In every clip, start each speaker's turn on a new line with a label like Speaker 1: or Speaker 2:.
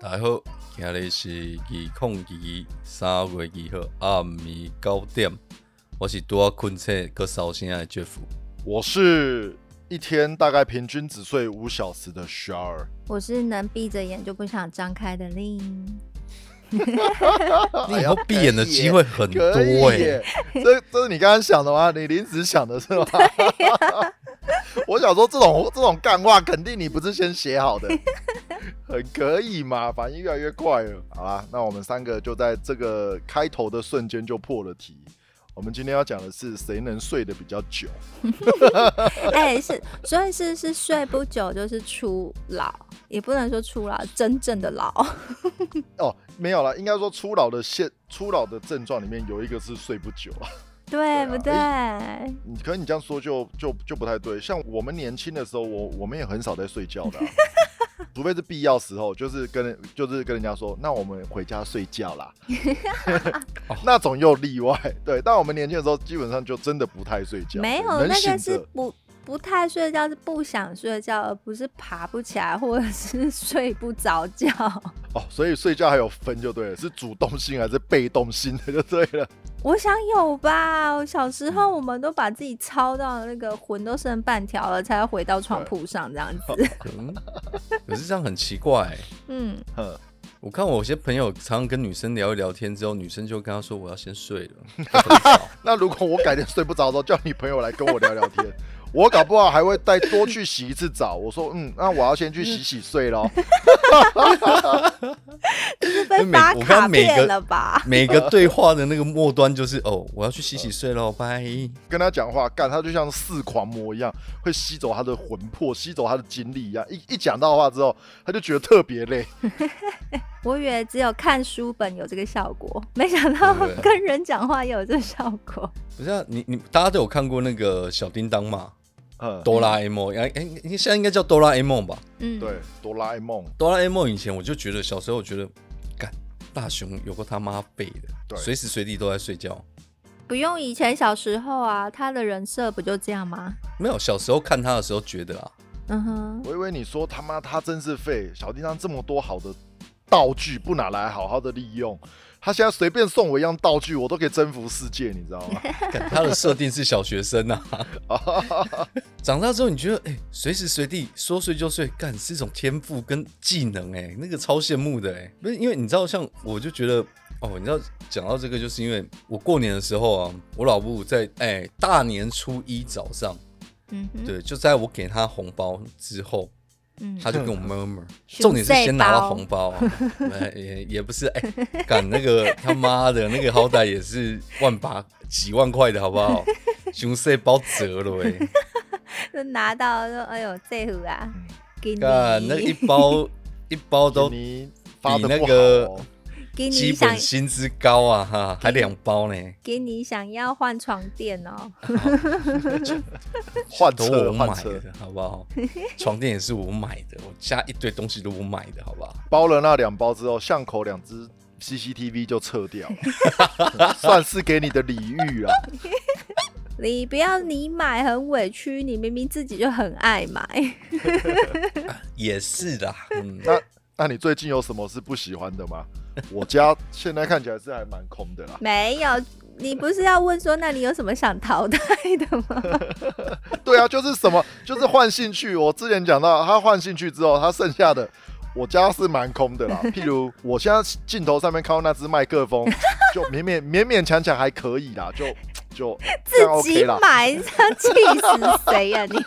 Speaker 1: 大家好，今日是二零二二三月二号暗暝九点，我是拄啊困醒搁烧声的 Jeff。
Speaker 2: 我是一天大概平均只睡五小时的 s h a r
Speaker 3: 我是能闭着眼就不想张开的令。
Speaker 1: 你以后闭眼的机会很多
Speaker 2: 哦哎可以
Speaker 1: 哎、
Speaker 2: 耶，这这是你刚刚想的吗？你临时想的是吗？我想说这种这种干话，肯定你不是先写好的，很可以嘛，反应越来越快了。好啦，那我们三个就在这个开头的瞬间就破了题。我们今天要讲的是谁能睡得比较久，
Speaker 3: 哎、是，所以是是睡不久就是初老，也不能说初老，真正的老。
Speaker 2: 哦，没有啦，应该说初老的现初老的症状里面有一个是睡不久啊。
Speaker 3: 对不对？
Speaker 1: 啊哎
Speaker 2: 你可你这样说就就就不太对。像我们年轻的时候，我我们也很少在睡觉 的啊、除非是必要时候，就是跟人就是跟人家说，那我们回家睡觉 啦，那种又例外。对，但我们年轻的时候基本上就真的不太睡觉，
Speaker 3: 没有，
Speaker 2: 能
Speaker 3: 那
Speaker 2: 醒
Speaker 3: 个是
Speaker 2: 着
Speaker 3: 不不太睡觉，是不想睡觉，而不是爬不起来或者是睡不着觉。
Speaker 2: 哦。所以睡觉还有分就对了，是主动性还是被动性的就对了。
Speaker 3: 我想有吧，我小时候我们都把自己操到那个魂都剩半条了，才回到床铺上这样子。
Speaker 1: 嗯可是这样很奇怪、欸。
Speaker 3: 嗯，
Speaker 2: 哼，
Speaker 1: 我看我有些朋友常常跟女生聊一聊天之后，女生就跟他说我要先睡了，我很早
Speaker 2: 那如果我改天睡不着的时候，叫你朋友来跟我聊聊天。我搞不好还会再多去洗一次澡。我说，嗯，那我要先去洗洗睡咯。
Speaker 3: 是被
Speaker 1: 哎每
Speaker 3: 发
Speaker 1: 我
Speaker 3: 卡
Speaker 1: 看每
Speaker 3: 片
Speaker 1: 个
Speaker 3: 了吧？
Speaker 1: 每个对话的那个末端就是哦，我要去洗洗睡喽，拜。
Speaker 2: 跟他讲话，干他就像四狂魔一样，会吸走他的魂魄，吸走他的精力一样。一一讲到话之后，他就觉得特别累。
Speaker 3: 我以为只有看书本有这个效果， 没想到
Speaker 1: 对不对
Speaker 3: 跟人讲话也有这个效果。
Speaker 1: 不是、啊、你你大家都有看过那个小叮当嘛？
Speaker 2: 嗯，
Speaker 1: 哆啦 A 梦，哎哎，你现在应该叫哆啦 A 梦吧？
Speaker 3: 嗯，
Speaker 2: 对，哆啦 A 梦，
Speaker 1: 哆啦 A 梦以前我就觉得小时候我觉得，干大雄有个他妈背的，
Speaker 2: 对
Speaker 1: 随时随地都在睡觉。
Speaker 3: 不用以前小时候啊，他的人设不就这样吗？
Speaker 1: 没有，小时候看他的时候觉得啊，
Speaker 3: 嗯哼，
Speaker 2: 我以为你说他妈他真是废，小叮当这么多好的道具不拿来好好的利用，他现在随便送我一样道具，我都可以征服世界，你知道 吗？
Speaker 1: 干他的设定是小学生啊。长大之后你觉得，哎、随时随地说睡就睡，干是一种天赋跟技能、哎，那个超羡慕的、哎，不是因为你知道，像我就觉得。哦，你知道讲到这个，就是因为我过年的时候啊，我老婆在哎、大年初一早上，
Speaker 3: 嗯哼，
Speaker 1: 对，就在我给她红包之后，
Speaker 3: 嗯，
Speaker 1: 他就跟我 murmur，
Speaker 3: 熊
Speaker 1: 重点是先拿到
Speaker 3: 睡包
Speaker 1: 红包、啊， 哎也也不是哎，干、那个他妈的那个好歹也是万把几万块的好不 好？熊塞包折了哎、
Speaker 3: 就拿到说，哎呦，这壶啊，给你，
Speaker 1: 干嗯啊那一包一包都比
Speaker 2: 你发的
Speaker 1: 那
Speaker 2: 不好、
Speaker 1: 个
Speaker 2: 哦。
Speaker 3: 给你
Speaker 1: 基本
Speaker 3: 想，
Speaker 1: 薪资高啊哈，还两包呢，
Speaker 3: 给你想要换床垫哦。
Speaker 2: 换
Speaker 1: 都
Speaker 2: 车
Speaker 1: 我
Speaker 2: 换
Speaker 1: 买
Speaker 2: 车，
Speaker 1: 的好不好？床垫也是我买的，我家一堆东西都我买的好不好？
Speaker 2: 包了那两包之后，巷口两只 CCTV 就撤掉 了，算是给你的礼遇啊。
Speaker 3: 你不要你买很委屈，你明明自己就很爱买。
Speaker 1: 也是啦，嗯，
Speaker 2: 那那你最近有什么是不喜欢的 吗？我家现在看起来是还蛮空的啦。
Speaker 3: 没有，你不是要问说，那你有什么想淘汰的吗？
Speaker 2: 对啊，就是什么，就是换兴趣。我之前讲到，他换兴趣之后，他剩下的我家是蛮空的 啦。譬如我现在镜头上面看到那只麦克风，就勉勉勉勉强强还可以啦，就就这
Speaker 3: 自
Speaker 2: 样 OK
Speaker 3: 己
Speaker 2: 啦。
Speaker 3: 买， 这样气死谁呀、你？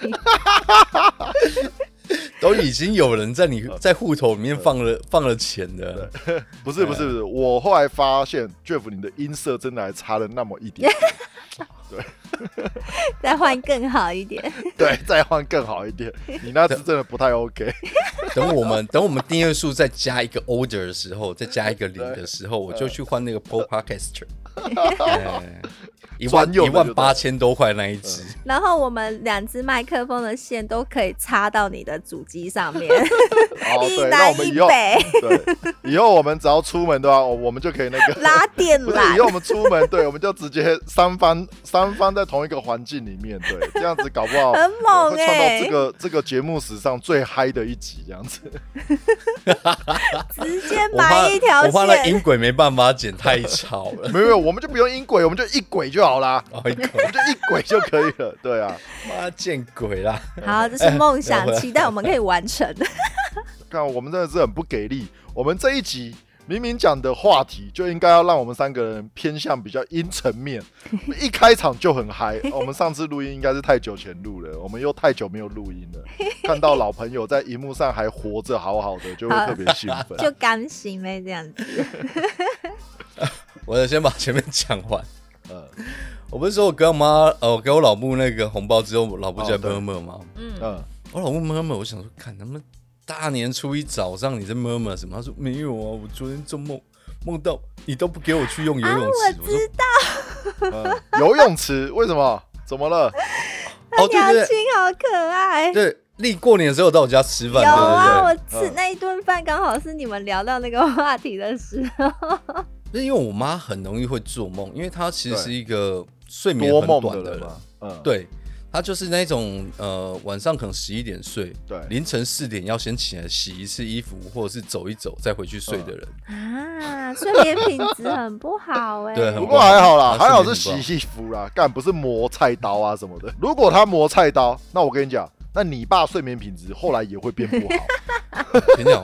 Speaker 1: 都已经有人在
Speaker 2: 呃
Speaker 1: 你在户头里面放了放了钱了。
Speaker 2: 不是不是不是，我后来发现 Jeff 你的音色真的还差了那么一点 点。
Speaker 3: 再换更好一点。
Speaker 2: 对，再换更好一点。你那只真的不太 OK。
Speaker 1: 等我们 等我们订阅数再加一个 order 的时候，再加一个零的时候，我就去换 那个 Pro Podcaster，哎一
Speaker 2: 专
Speaker 1: 万
Speaker 2: 用
Speaker 1: 一
Speaker 2: 的
Speaker 1: 万八千多块那一只，
Speaker 2: 嗯
Speaker 3: 然后我们两只麦克风的线都可以插到你的主机上面，
Speaker 2: 哦，
Speaker 3: 一
Speaker 2: 对，那
Speaker 3: 南
Speaker 2: 我们
Speaker 3: 一
Speaker 2: 以后
Speaker 3: 北
Speaker 2: 对，以后我们只要出门的话，我哦我们就可以那个
Speaker 3: 拉电
Speaker 2: 不是，
Speaker 3: 缆
Speaker 2: 以后。我们出门，对，我们就直接三方 三方在同一个环境里面，对，这样子搞不好
Speaker 3: 很猛
Speaker 2: 会创造
Speaker 3: 欸
Speaker 2: 这个这个节目史上最嗨的一集，这样子。
Speaker 3: 直接
Speaker 1: 我怕
Speaker 3: 埋一条
Speaker 1: 我怕那
Speaker 3: 线，
Speaker 1: 音轨没办法剪，太吵 了。
Speaker 2: 没有没有，我们就不用音轨，我们就一轨就好啦，
Speaker 1: 哎呦，
Speaker 2: 我们就一轨就可以了。对啊，
Speaker 1: 妈见鬼啦！
Speaker 3: 好，这是梦
Speaker 1: 哎
Speaker 3: 想
Speaker 1: 等，会儿
Speaker 3: 期待我们可以完成。
Speaker 2: 看我们真的是很不给力。我们这一集明明讲的话题就应该要让我们三个人偏向比较阴沉面， 一开场就很嗨。哦我们上次录音应该是太久前录了，我们又太久没有录音了。看到老朋友在荧幕上还活着好好的，就会特别兴奋。
Speaker 3: 就甘心妹这样子，
Speaker 1: 我先把前面讲完。
Speaker 2: 嗯
Speaker 1: 我不是说我给我妈，呃，我给我老母那个红包之后，我老母就在
Speaker 2: 哦对
Speaker 1: murmur 吗？
Speaker 3: 嗯，
Speaker 2: 嗯，
Speaker 1: 我老母 murmur，我想说，看他们大年初一早上你在 murmur 什么？她说没有啊，我昨天做梦梦到你都不给我去用游泳池。我说
Speaker 2: 嗯游泳池为什么？怎 么了？
Speaker 1: 哦，对
Speaker 3: 表
Speaker 1: 对
Speaker 3: 情好可爱。
Speaker 1: 对，对，丽过年的时候到我家吃饭，
Speaker 3: 有啊，我
Speaker 1: 对
Speaker 3: 吃
Speaker 2: 嗯
Speaker 3: 那一顿饭刚好是你们聊到那个话题的时候，
Speaker 1: 对对，因为我妈很容易会做梦，因为她其实
Speaker 2: 对
Speaker 1: 是一个睡眠
Speaker 2: 多
Speaker 1: 很
Speaker 2: 梦
Speaker 1: 短
Speaker 2: 的人
Speaker 1: 人，
Speaker 2: 嘛。嗯，
Speaker 1: 对。她就是那种呃，晚上可能十一点睡，
Speaker 2: 对
Speaker 1: 凌晨四点要先起来洗一次衣服，或者是走一走再回去睡的人。
Speaker 3: 啊，睡眠品质很不好哎、
Speaker 1: 对很
Speaker 2: 不过还好啦，
Speaker 1: 他
Speaker 2: 还
Speaker 1: 睡
Speaker 2: 好
Speaker 1: 眠
Speaker 2: 是
Speaker 1: 很不好
Speaker 2: 洗衣服啦，干不是磨菜刀啊什么的。如果他磨菜刀，那我跟你讲，那你爸睡眠品质后来也会变不好。
Speaker 1: 跟你讲，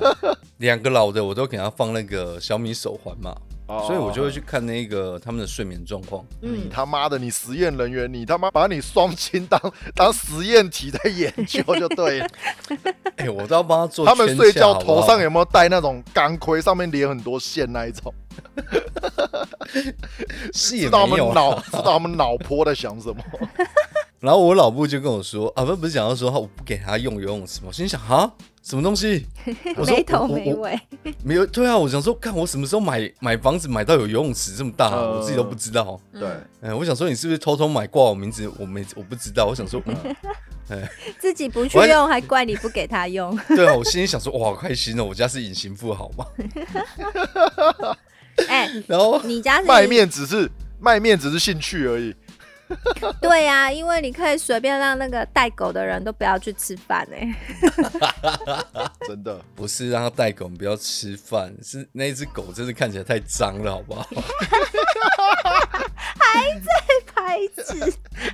Speaker 1: 两个老的我都给他放那个小米手环嘛，
Speaker 2: 哦
Speaker 1: 所以我就会去看那个他们的睡眠状 况。
Speaker 2: 你
Speaker 3: 嗯，
Speaker 2: 他妈的，你实验人员，你他妈把你双亲当当实验体在研究就对了。
Speaker 1: 哎、我都要帮 他做
Speaker 2: 他
Speaker 1: 圈下。
Speaker 2: 们睡觉
Speaker 1: 好不好
Speaker 2: 头上有没有戴那种钢盔，上面连很多线那一种？
Speaker 1: 是 也
Speaker 2: 知道他
Speaker 1: 没
Speaker 2: 们
Speaker 1: 有啊啦。
Speaker 2: 脑，知道他们脑波在想什么？
Speaker 1: 然后我老布就跟我说啊，不不是讲到说我不给他用游泳池吗？我心想啊，什么东 西？我说
Speaker 3: 没头
Speaker 1: 我
Speaker 3: 没
Speaker 1: 我
Speaker 3: 尾，
Speaker 1: 没有对啊，我想说，看我什么时候买买房子买到有游泳池这么大啊、
Speaker 2: 呃
Speaker 1: 我自己都不知道。
Speaker 2: 对，
Speaker 1: 哎、我想说你是不是偷偷买挂我名字？我没我不知道。我想说，嗯、
Speaker 3: 自己不去
Speaker 1: 我还
Speaker 3: 用还怪你不给 他用，
Speaker 1: 对啊，我心里想说，哇，好开心哦，我家是隐形富豪嘛。
Speaker 3: 哎、
Speaker 1: 然后
Speaker 3: 你家是
Speaker 2: 卖面只是卖面只是兴趣而已。
Speaker 3: 对呀、因为你可以随便让那个带狗的人都不要去吃饭 哎、
Speaker 2: 真的，
Speaker 1: 不是让它带狗，不要吃饭，是那一只狗真的看起来太脏了，好不好？
Speaker 3: 排挤，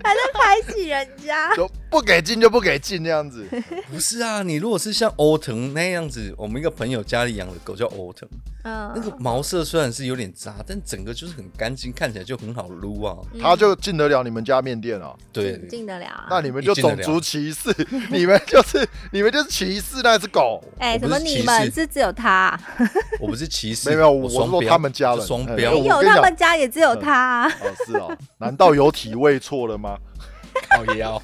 Speaker 3: 还在排挤人 家。
Speaker 2: 就不给进就不给进这样子。
Speaker 1: 不是啊，你如果是像欧腾那样子，我们一个朋友家里养的狗叫欧腾，那
Speaker 3: 嗯，
Speaker 1: 个毛色虽然是有点杂，但整个就是很干净，看起来就很好撸啊。
Speaker 2: 他就进得了你们家面店哦，
Speaker 1: 对，
Speaker 3: 进进得了啊？
Speaker 2: 那你们就种族歧视， 你们就是你们就是歧视那只狗。
Speaker 3: 哎、
Speaker 1: 我
Speaker 3: 怎
Speaker 1: 不
Speaker 3: 么
Speaker 1: 是
Speaker 3: 你
Speaker 1: 歧
Speaker 3: 们
Speaker 1: 视
Speaker 3: 是只有他啊、
Speaker 1: 我不是歧视，
Speaker 2: 没有没有
Speaker 1: 我
Speaker 2: 我
Speaker 1: 双
Speaker 2: 说
Speaker 1: 标
Speaker 2: 他们家人
Speaker 1: 我是双
Speaker 2: 哎
Speaker 1: 标
Speaker 2: 我
Speaker 3: 没
Speaker 2: 跟你
Speaker 3: 有，
Speaker 2: 讲
Speaker 3: 他们家也只有他啊、
Speaker 2: 哦，是哦，难道有体位错了吗？
Speaker 1: 靠腰。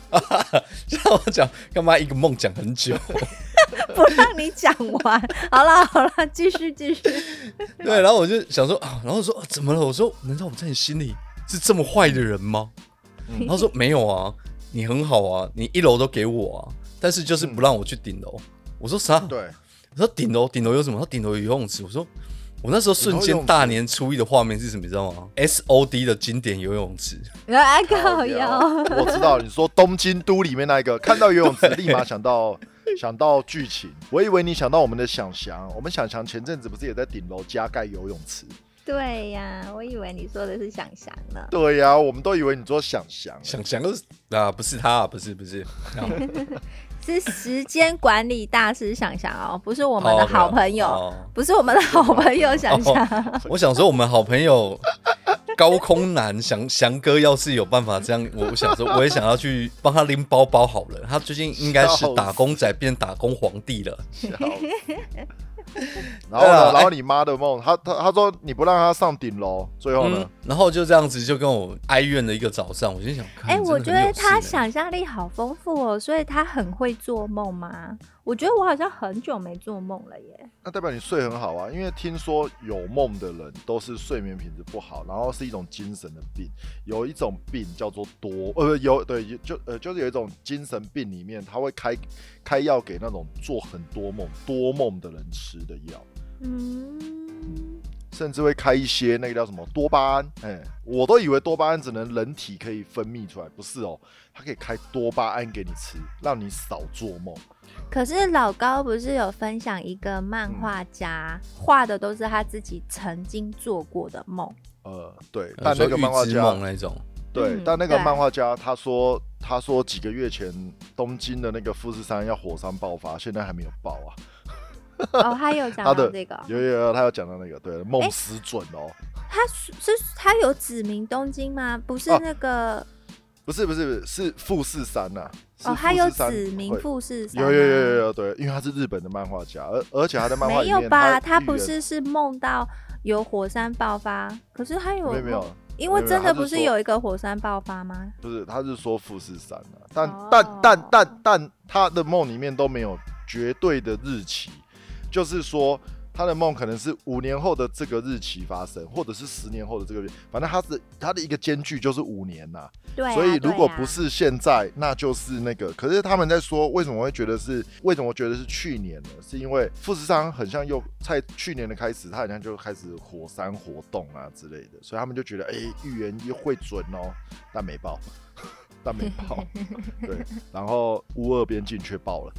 Speaker 1: 像我讲干嘛一个梦讲很久？
Speaker 3: 不让你讲完。 好了好了，继续继续。
Speaker 1: 对，然后我就想说啊，然后说、啊、怎么了？我说难道我在你心里是这么坏的人吗？
Speaker 2: 嗯
Speaker 1: 然后说没有啊，你很好啊，你一楼都给我啊，但是就是不让我去顶楼。我说啥？
Speaker 2: 嗯对，
Speaker 1: 我说顶楼顶楼有什么？他说顶楼有游泳池。我说我那时候瞬
Speaker 2: 顶楼游
Speaker 1: 间
Speaker 2: 泳池
Speaker 1: 大年初一的画面是什么？你知道吗？S O D 的经典游泳池。
Speaker 3: 来搞哎腰，
Speaker 2: 我知道你说东京都里面那一个，看到游泳池立马想到 想到剧情，我以为你想到我们的想翔，我们想翔前阵子不是也在顶楼加盖游泳池？
Speaker 3: 对呀、我以为你说的是想想呢。
Speaker 2: 对呀、我们都以为你说想翔，
Speaker 1: 想想都是啊，不是他、啊，不是不是，啊
Speaker 3: 是时间管理大师想想哦，不是我们的好朋友，
Speaker 1: 哦哦
Speaker 3: 不是我们的好朋友想想。
Speaker 1: 我想说我们好朋友高空男翔翔哥，要是有办法这样，我我想说我也想要去帮他拎包包好了。他最近应该是
Speaker 2: 笑死
Speaker 1: 打工仔变打工皇帝了。
Speaker 2: 然后
Speaker 1: 对
Speaker 2: 呢，
Speaker 1: 啊
Speaker 2: 然后你妈的梦，他他他说你不让他上顶楼，最后呢
Speaker 1: 嗯？，然后就这样子就跟我哀怨的一个早上，我心想，
Speaker 3: 哎、
Speaker 1: 看
Speaker 3: 我觉得他
Speaker 1: 想
Speaker 3: 想象力好丰富哦，所以他很会做梦吗？我觉得我好像很久没做梦了耶。
Speaker 2: 那代表你睡很好啊，因为听说有梦的人都是睡眠品质不好，然后是一种精神的病，有一种病叫做多，呃，有对，就呃就是有一种精神病里面，他会开开药给那种做很多梦、多梦的人吃的药，
Speaker 3: 嗯，
Speaker 2: 甚至会开一些那个叫什么多巴胺，哎、我都以为多巴胺只能人体可以分泌出来，不是哦，它可以开多巴胺给你吃，让你少做梦。
Speaker 3: 可是老高不是有分享一个漫
Speaker 2: 嗯
Speaker 3: 画家画的都是他自己曾经做过的梦，
Speaker 2: 呃，对，
Speaker 1: 呃
Speaker 2: 但那
Speaker 1: 说
Speaker 2: 个
Speaker 1: 预
Speaker 2: 漫画
Speaker 1: 知
Speaker 2: 家
Speaker 1: 梦那种，
Speaker 2: 对，
Speaker 3: 嗯
Speaker 2: 但那个
Speaker 3: 对
Speaker 2: 漫画家他说，他说几个月前东京的那个富士山要火山爆发，现在还没有爆啊。
Speaker 3: 哦，他有讲
Speaker 2: 他
Speaker 3: 到
Speaker 2: 的
Speaker 3: 这个哦，
Speaker 2: 有有有，他有讲到那个，对，梦
Speaker 3: 诶
Speaker 2: 死准哦，
Speaker 3: 他是是他有指明东京吗？不是
Speaker 2: 哦
Speaker 3: 那个
Speaker 2: 不是不是是富士山呐、
Speaker 3: 哦，
Speaker 2: 是
Speaker 3: 他有
Speaker 2: 富士山
Speaker 3: 指明
Speaker 2: 会
Speaker 3: 富士山吗，
Speaker 2: 有有有有有，对，因为他是日本的漫画家，而而且他的漫画
Speaker 3: 没
Speaker 2: 里
Speaker 3: 有
Speaker 2: 面
Speaker 3: 吧？
Speaker 2: 他
Speaker 3: 他
Speaker 2: 预
Speaker 3: 不
Speaker 2: 言
Speaker 3: 是是梦到有火山爆发，可是他有
Speaker 2: 没有没有
Speaker 3: 梦，，因为
Speaker 2: 没有
Speaker 3: 真的
Speaker 2: 啊他是
Speaker 3: 不是
Speaker 2: 说
Speaker 3: 有一个火山爆发吗？
Speaker 2: 不是，他是说富士山啊，但、
Speaker 3: 哦
Speaker 2: 但但但但他的梦里面都没有绝对的日期，就是说他的梦可能是五年后的这个日期发生，或者是十年后的这个月，反正他是他的一个间距就是五年呐、
Speaker 3: 对啊，
Speaker 2: 所以如
Speaker 3: 对
Speaker 2: 果
Speaker 3: 啊
Speaker 2: 不是现在，那就是那个。可是他们在说为什么会觉得是为什么觉得是去年呢？是因为富士山很像又在去年的开始，它好像就开始火山活动啊之类的，所以他们就觉得哎，预言又会准哦，但没爆，但没爆。对，然后乌俄边境却爆了。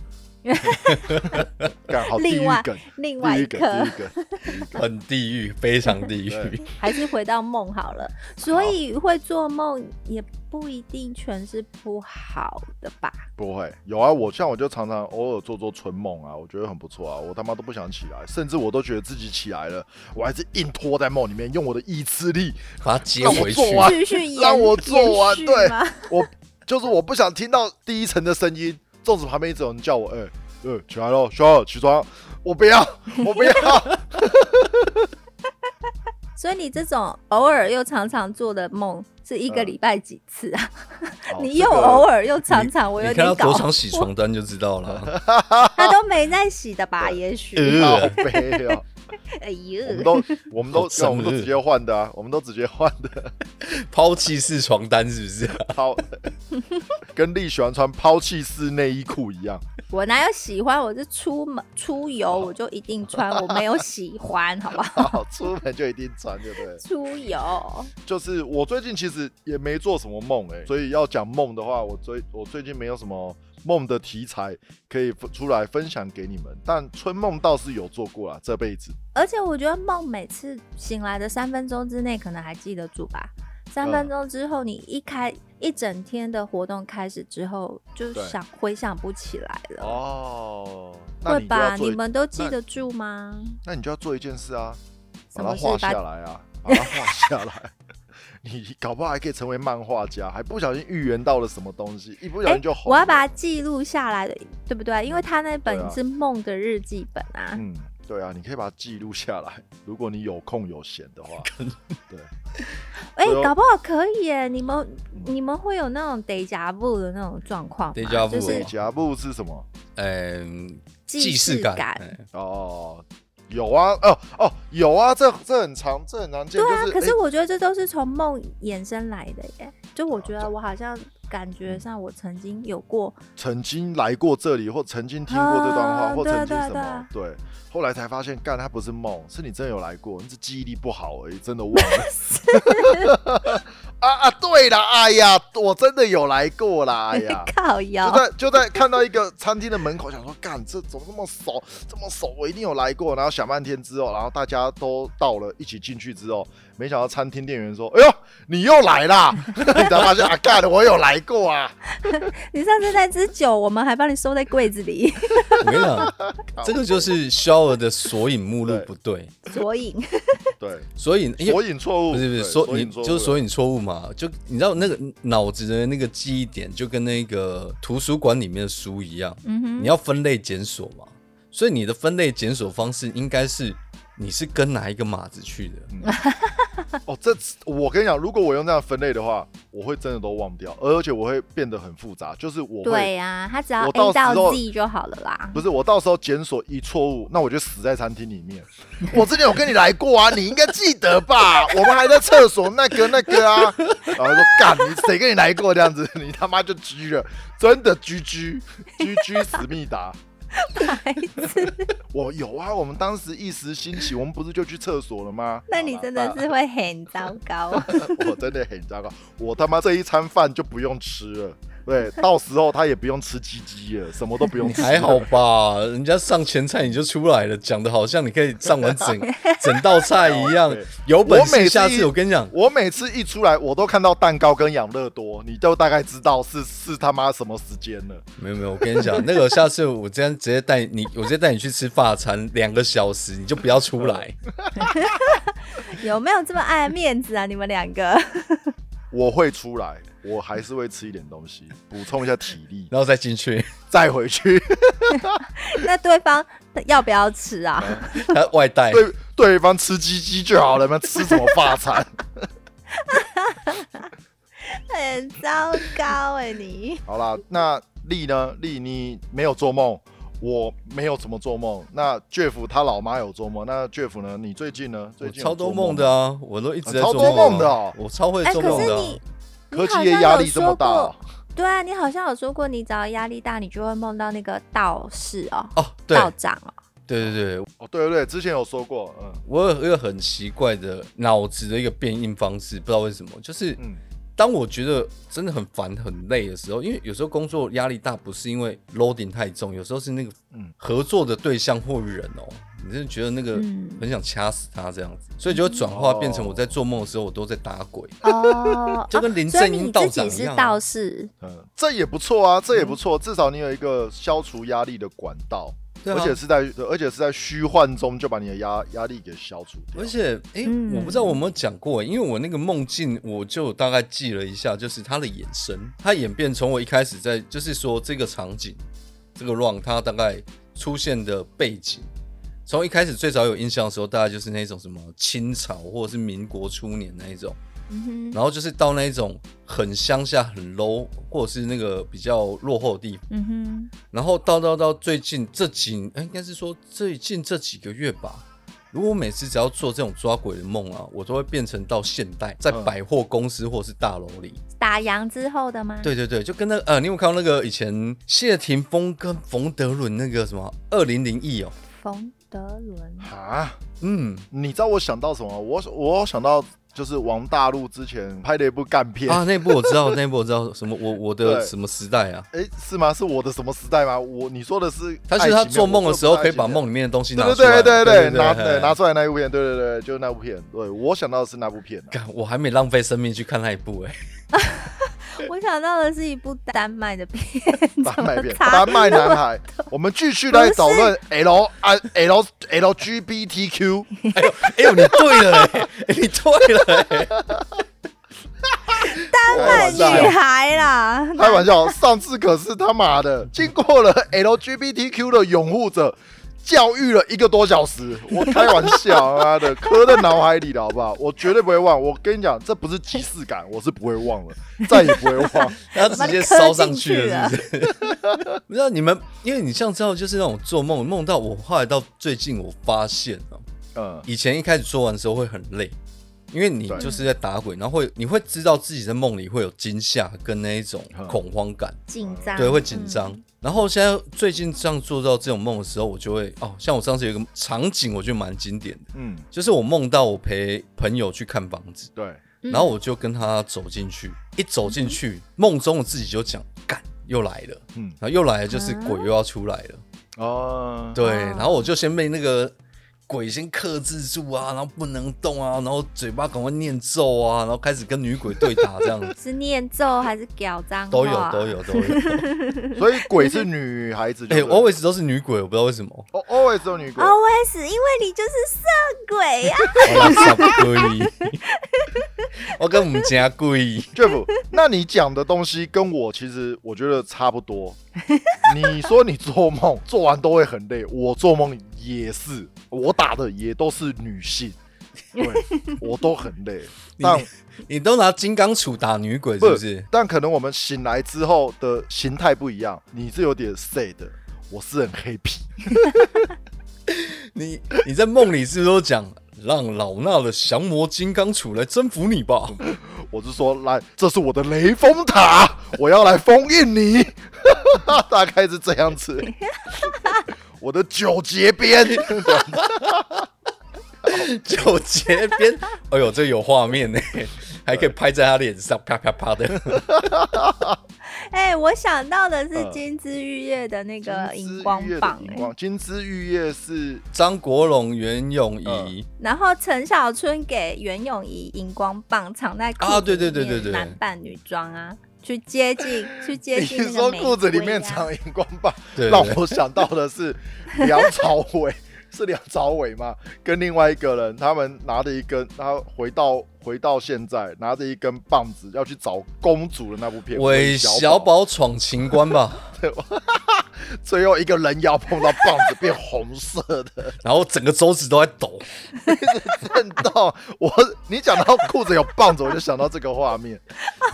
Speaker 2: 干好地
Speaker 3: 另
Speaker 2: 狱
Speaker 3: 外
Speaker 2: 梗，
Speaker 3: 另外
Speaker 2: 地
Speaker 3: 一
Speaker 2: 狱梗，地
Speaker 3: 个
Speaker 2: 狱梗，
Speaker 1: 很地狱，非常地
Speaker 2: 对
Speaker 1: 狱。
Speaker 3: 还是回到梦好 了，所以会做梦也不一定全是不好的 吧？
Speaker 2: 不会有啊，我像我就常常偶尔做做春梦啊，我觉得很不错啊，我他妈都不想起来，甚至我都觉得自己起来了，我还是硬拖在梦里面，用我的意志力，
Speaker 1: 把它接回去
Speaker 2: 让我，做完
Speaker 3: 继续延
Speaker 2: 让我做完
Speaker 3: 延续
Speaker 2: 对
Speaker 3: 吗
Speaker 2: 我就是我不想听到第一层的声音，粽子旁边一直有人叫我，哎、哎、起来喽，小二起床，我不要，我 不要，哦
Speaker 3: 所以你这种偶尔又常常做的梦，是一个
Speaker 2: 嗯哦
Speaker 3: 礼拜几次啊？
Speaker 2: 好
Speaker 3: 你又偶，尔又
Speaker 1: 你
Speaker 3: 常常，我有
Speaker 1: 你看
Speaker 3: 点
Speaker 1: 他
Speaker 3: 搞
Speaker 1: 多，常洗床单就知道 了。
Speaker 3: 他都没在洗的吧？也许，
Speaker 2: 这个好悲哦，
Speaker 3: 哎
Speaker 2: 嗯我们
Speaker 3: 呦，
Speaker 2: 都我们都
Speaker 1: 好瘆人
Speaker 2: 我们都直接换的啊，我们都直接换的，
Speaker 1: 抛弃式床单是不是？
Speaker 2: 抛， 跟丽喜欢穿抛弃式内衣裤一样。
Speaker 3: 我哪有喜欢？我是出门出游我就一定穿，我没有喜欢，好不好？
Speaker 2: 好，出门就一定穿，对不对？
Speaker 3: 出游，
Speaker 2: 就是我最近其实也没做什么梦哎、所以要讲梦的话，我最我最近没有什么梦的题材可以出来分享给你们，但春梦倒是有做过啦，这辈子
Speaker 3: 而且我觉得梦每次醒来的三分钟之内可能还记得住吧，三分钟之后你一开一整天的活动开始之后就
Speaker 2: 对
Speaker 3: 想回想不起来了，
Speaker 2: 哦，那
Speaker 3: 会
Speaker 2: 你就
Speaker 3: 吧？
Speaker 2: 要
Speaker 3: 你
Speaker 2: 做一，
Speaker 3: 们都记得住吗？
Speaker 2: 那你就要做一件事啊，把它
Speaker 3: 什么事
Speaker 2: 画
Speaker 3: 把
Speaker 2: 下来啊，把它画下来。 你搞不好还可以成为漫画家，还不小心预言到了什么东西，一不小
Speaker 3: 哎，
Speaker 2: 心就红、
Speaker 3: 我要把它记录下来的，对不对？因为他那
Speaker 2: 对啊
Speaker 3: 本是梦的日记本啊。
Speaker 2: 嗯，对啊，你可以把它记录下来。如果你有空有闲的话，对，
Speaker 3: 哎、
Speaker 2: 对哦
Speaker 3: 搞不好可以耶！你们你们会有那种 deja vu 的那种状况吗
Speaker 1: Deja vu
Speaker 3: 就是
Speaker 1: 哦
Speaker 2: 甲布是什么？
Speaker 1: 嗯，
Speaker 3: 既
Speaker 1: 既
Speaker 3: 视
Speaker 1: 视
Speaker 3: 感
Speaker 1: 感。哎
Speaker 2: 哦，有啊，哦哦，有啊，这这很常，这很常见，
Speaker 3: 对啊，
Speaker 2: 就是
Speaker 3: 可是
Speaker 2: 诶
Speaker 3: 我觉得这都是从梦衍生来的耶。就我觉
Speaker 2: 哦
Speaker 3: 得我好像感觉上我曾经有过，
Speaker 2: 曾经来过这里，或曾经听过这段话，
Speaker 3: 啊
Speaker 2: 或
Speaker 3: 对
Speaker 2: 曾经
Speaker 3: 对。
Speaker 2: 什么，对，后来才发现，干，它不是梦，是你真的有来过，你是记忆力不好而已，真的忘了。 啊啊，对了，哎呀，我真的有来过 啦，哎呀
Speaker 3: 靠
Speaker 1: 哦
Speaker 2: 就
Speaker 3: 腰，
Speaker 2: 在就在看到一个餐厅的门口，想说干这怎么那么熟，这么熟，我一定有来过。然后想半天之后，然后大家都到了，一起进去之后，没想到餐厅店员说：“ 哎呦，你又来啦！” 你才发现啊，干我有来过啊。
Speaker 3: 你上次那支酒，我们还帮你收在柜子 里，
Speaker 1: 我跟你讲，这个就是肖尔的索引目录不对，
Speaker 3: 索 引。
Speaker 2: 对，
Speaker 1: 索引因
Speaker 2: 索
Speaker 1: 为
Speaker 2: 引错误，
Speaker 1: 不是不是
Speaker 2: 对
Speaker 1: 索你
Speaker 2: 引错误，
Speaker 1: 就是索引错误嘛，就你知道那个脑子的那个记忆点就跟那个图书馆里面的书一样，你
Speaker 3: 嗯哼，
Speaker 1: 要分类检索嘛，所以你的分类检索方式应该是你是跟哪一个码子去的，
Speaker 2: 哦，这次我跟你讲，如果我用这样分类的话，我会真的都忘掉，而且我会变得很复杂，就是我
Speaker 3: 对
Speaker 2: 会。
Speaker 3: 呀、他只要
Speaker 2: 我
Speaker 3: A
Speaker 2: 到时
Speaker 3: 到
Speaker 2: 候
Speaker 3: Z 就好了 啦。
Speaker 2: 不是我到时候检索一错误，那我就死在餐厅里面。 我之前有跟你来过啊，你应该记得吧？ 我们还在厕所那个那个啊，然后说干你谁跟你来过这样子， 你他妈就狙了，真的狙狙 狙狙思密达。
Speaker 3: 白痴
Speaker 2: 我有啊，我们当时一时兴起，我们不是就去厕所了吗？
Speaker 3: 那你真的是会很糟糕。
Speaker 2: 我真的很糟糕，我他妈这一餐饭就不用吃了。对，到时候他也不用吃鸡鸡了，什么都不用
Speaker 1: 你
Speaker 2: 吃。
Speaker 1: 还好吧？人家上前菜你就出来了，讲的好像你可以上完 整整道菜一样
Speaker 2: 对。
Speaker 1: 有本
Speaker 2: 我
Speaker 1: 事
Speaker 2: 每次
Speaker 1: 下次
Speaker 2: 一
Speaker 1: 我跟你讲，
Speaker 2: 我每次一出来，我都看到蛋糕跟养乐多，你就大概知道是是他妈什么时间了。
Speaker 1: 没有没有，我跟你讲，那个下次我这样直接带你，我直接带你去吃法餐，两个小时你就不要出 来。
Speaker 3: 有没有这么爱面子啊？你们两个
Speaker 2: 我会出来，我还是会吃一点东西，补充一下体力，
Speaker 1: 然后再进去，
Speaker 2: 再回 去。
Speaker 3: 那对方要不要吃啊？
Speaker 2: 嗯
Speaker 1: 他外带，
Speaker 2: 对对方吃鸡鸡就好了嘛，吃什么发餐？
Speaker 3: 很糟糕哎、你
Speaker 2: 好啦，那丽呢？丽，你没有做梦，我没有怎么做梦。那 Jeff 他老妈有做梦，那 Jeff 呢？你最近呢？
Speaker 1: 我
Speaker 2: 最近有
Speaker 1: 超多
Speaker 2: 做
Speaker 1: 梦的
Speaker 2: 吗。
Speaker 1: 啊，我都一直在
Speaker 2: 啊超
Speaker 1: 做梦啊
Speaker 2: 多梦的哦
Speaker 1: 我超会
Speaker 3: 哎、
Speaker 1: 做
Speaker 3: 可
Speaker 1: 梦
Speaker 3: 是
Speaker 1: 的啊。
Speaker 3: 你
Speaker 2: 科技业压力这么大哦、
Speaker 3: 对啊，你好像有说过，你只要压力大，你就会梦到那个道士哦，
Speaker 1: 哦，对
Speaker 3: 道长哦。
Speaker 1: 对对对，
Speaker 2: 哦，对对对，之前有说过，嗯
Speaker 1: 我有一个很奇怪的脑子的一个变应方式，不知道为什么，就是
Speaker 2: 嗯，
Speaker 1: 当我觉得真的很烦很累的时候，因为有时候工作压力大，不是因为 loading 太重，有时候是那个
Speaker 2: 嗯
Speaker 1: 合作的对象或人哦、你真的觉得那个
Speaker 3: 嗯
Speaker 1: 很想掐死他这样子，所以就会转化
Speaker 2: 哦
Speaker 1: 变成我在做梦的时候，我都在打鬼。
Speaker 3: 哦，
Speaker 1: 就跟林正英道
Speaker 3: 所以
Speaker 1: 长
Speaker 3: 你
Speaker 1: 一
Speaker 3: 自己
Speaker 1: 样
Speaker 3: 是
Speaker 1: 啊
Speaker 3: 道士，
Speaker 2: 嗯，这也不错啊，这也不错，至少你有一个消除压力的管道，
Speaker 1: 对啊
Speaker 2: 而且是在而且是在虚幻中就把你的压压力给消除掉。
Speaker 1: 而且，哎、
Speaker 3: 嗯
Speaker 1: 我不知道我有没有讲过、因为我那个梦境，我就大概记了一下，就是他的眼神，他演变从我一开始在，就是说这个场景，这个 run，它大概出现的背景，从一开始最早有印象的时候，大概就是那种什么清朝或者是民国初年那一种，
Speaker 3: 嗯哼，
Speaker 1: 然后就是到那一种很乡下、很 low，或者是那个比较落后的地方。
Speaker 3: 嗯哼，
Speaker 1: 然后到到到最近这几，哎应该是说最近这几个月吧。如果我每次只要做这种抓鬼的梦啊，我都会变成到现代，在
Speaker 2: 嗯
Speaker 1: 百货公司或是大楼里。
Speaker 3: 打烊之后的吗？
Speaker 1: 对对对，就跟那个呃，你有没有看到那个以前谢霆锋跟冯德伦那个什么二零零一哦？
Speaker 3: 冯德伦，
Speaker 2: 啊，
Speaker 1: 嗯，
Speaker 2: 你知道我想到什么？我我想到就是王大陆之前拍的一部干片
Speaker 1: 啊，那部我知道， 那部我知道什么，我我的
Speaker 2: 对
Speaker 1: 什么时代啊？
Speaker 2: 哎，是吗？是我的什么时代吗？我你说的是
Speaker 1: 他
Speaker 2: 爱情片，
Speaker 1: 是他做梦的时候
Speaker 2: 我说
Speaker 1: 可
Speaker 2: 的
Speaker 1: 以
Speaker 2: 不是爱
Speaker 1: 把
Speaker 2: 情片
Speaker 1: 梦里面的东西拿
Speaker 2: 对
Speaker 1: 出来，
Speaker 2: 对对对对拿
Speaker 1: 对
Speaker 2: 对拿出来那一部片，对对对，就是那部片。对我想到的是那部片啊、
Speaker 1: 干我还没浪费生命去看那一部哎、
Speaker 3: 我想到的是一部丹麦的片，
Speaker 2: 丹麦片，
Speaker 3: 怎么差
Speaker 2: 丹麦男孩。我们继续来讨论 L 啊 L L G B T Q。
Speaker 1: 哎呦，你对了、哎 你对了、哎
Speaker 3: 丹麦女孩啦，
Speaker 2: 开玩笑，上次可是他妈的经过了 L G B T Q 的拥护者教育了一个多小时，我开玩笑， 妈 的刻在脑海里了，好不好？我绝对不会忘。我跟你讲，这不是即视感，我是不会忘了，再也不会忘。
Speaker 1: 他直接烧上去了，是不 是？不知道你们，因为你像知道，就是那种做梦，梦到我后来到最近，我发现啊，
Speaker 2: 嗯，
Speaker 1: 以前一开始做完的时候会很累，因为你
Speaker 2: 对
Speaker 1: 就是在打鬼，然后会你会知道自己在梦里会有惊吓跟那一种
Speaker 2: 嗯
Speaker 1: 恐慌感，
Speaker 3: 紧张，嗯
Speaker 1: 对，会紧张。然后现在最近这样做到这种梦的时候，我就会哦，像我上次有一个场景，我觉得蛮经典的，
Speaker 2: 嗯，
Speaker 1: 就是我梦到我陪朋友去看房子，
Speaker 2: 对，
Speaker 3: 嗯。
Speaker 1: 然后我就跟他走进去，一走进去，梦中我自己就讲，干又来了，
Speaker 2: 嗯
Speaker 1: 然后又来了就是
Speaker 3: 啊
Speaker 1: 鬼又要出来了，
Speaker 2: 哦，
Speaker 1: 对，
Speaker 3: 哦，
Speaker 1: 然后我就先被那个鬼先克制住啊，然后不能动啊，然后嘴巴赶快念咒啊，然后开始跟女鬼对打这样子
Speaker 3: 是念咒还是屌脏话
Speaker 1: 都有都。有都有，
Speaker 2: 所以鬼是女孩子就
Speaker 1: 哎、
Speaker 2: 对了，
Speaker 1: a l w a y s 都是女鬼，我不知道为什么，
Speaker 2: 哦 always 有女鬼。
Speaker 3: Always，因为你就是色鬼啊 呀、
Speaker 1: 我傻鬼，我跟我们家鬼，
Speaker 2: Jeff，那 你讲的东西跟我其实我觉得差不多。你说你做梦做完都会很累，我做梦也是，我打的也都是女性。对，我都很累，
Speaker 1: 你
Speaker 2: 但
Speaker 1: 你都拿金刚杵打女鬼是不是？
Speaker 2: 但可能我们醒来之后的形态不一样，你是有点 sad，我是很 happy。
Speaker 1: 你你在梦里是不是都讲让老衲的降魔金刚杵来征服你吧？
Speaker 2: 我是说，来，这是我的雷峰塔，我要来封印你， 大概是这样子。我的九节鞭，
Speaker 1: 九节鞭，哎呦，这有画面呢，还可以拍在他脸上，啪啪啪的。
Speaker 3: 哎、我想到的是
Speaker 2: 嗯
Speaker 3: 金枝玉叶的那个
Speaker 2: 金枝
Speaker 3: 荧光
Speaker 2: 玉叶的
Speaker 3: 棒、
Speaker 2: 荧
Speaker 3: 哎
Speaker 2: 光金枝玉叶是
Speaker 1: 张国荣、袁咏仪，
Speaker 3: 然后陈小春给袁咏仪荧光棒藏在裤子
Speaker 1: 啊对对对
Speaker 3: 里面
Speaker 1: 对对
Speaker 3: 男扮女装啊，去接 近去 接
Speaker 2: 你
Speaker 3: 近那
Speaker 2: 说
Speaker 3: 个玫
Speaker 2: 裤子里
Speaker 3: 瑰
Speaker 2: 面
Speaker 3: 啊
Speaker 2: 藏荧光棒，
Speaker 1: 对
Speaker 2: 让我想到的是梁朝伟，是梁朝伟吗？跟另外一个人，他们拿着一根，他回到回到现在，拿着一根棒子要去找公主的那部片，
Speaker 1: 韦
Speaker 2: 小
Speaker 1: 小，宝闯情关吧，
Speaker 2: 最后一个人妖碰到棒子变红色的，
Speaker 1: 然后整个手指都在抖。
Speaker 2: 震到我。你讲到裤子有棒子，我就想到这个画面。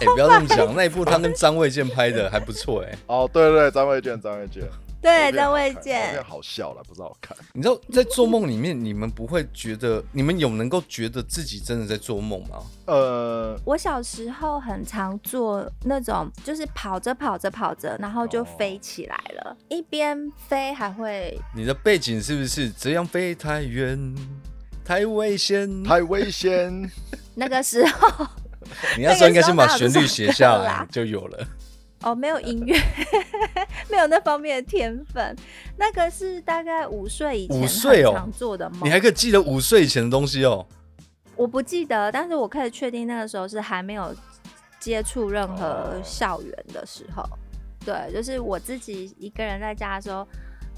Speaker 1: 哎、不要这么讲，那一部他跟张卫健拍的还不错哎、
Speaker 2: 哦，对对对，张卫健，张卫健，张
Speaker 3: 对张卫健，
Speaker 2: 好笑了，不是好看。
Speaker 1: 你知道在做梦里面，你们不会觉得，你们有能够觉得自己真的在做梦吗？
Speaker 2: 呃，
Speaker 3: 我小时候很常做那种，就是跑着跑着跑着，然后就
Speaker 2: 哦
Speaker 3: 飞起来了，
Speaker 1: 哦
Speaker 3: 一边飞还会
Speaker 1: 你的背景是不是这样飞太远，太危险？
Speaker 2: 太危险。
Speaker 3: 那个时候
Speaker 1: 你那时候应该先把旋律写下来就有了。
Speaker 3: 哦没有音乐， 没有那方面的天分，那个是大概五岁以前
Speaker 1: 五岁哦
Speaker 3: 很常做的梦，
Speaker 1: 你还可以记得五岁以前的东西哦。
Speaker 3: 我不记得，但是我可以确定那个时候是还没有接触任何
Speaker 2: 哦
Speaker 3: 校园的时候。对，就是我自己一个人在家的时候，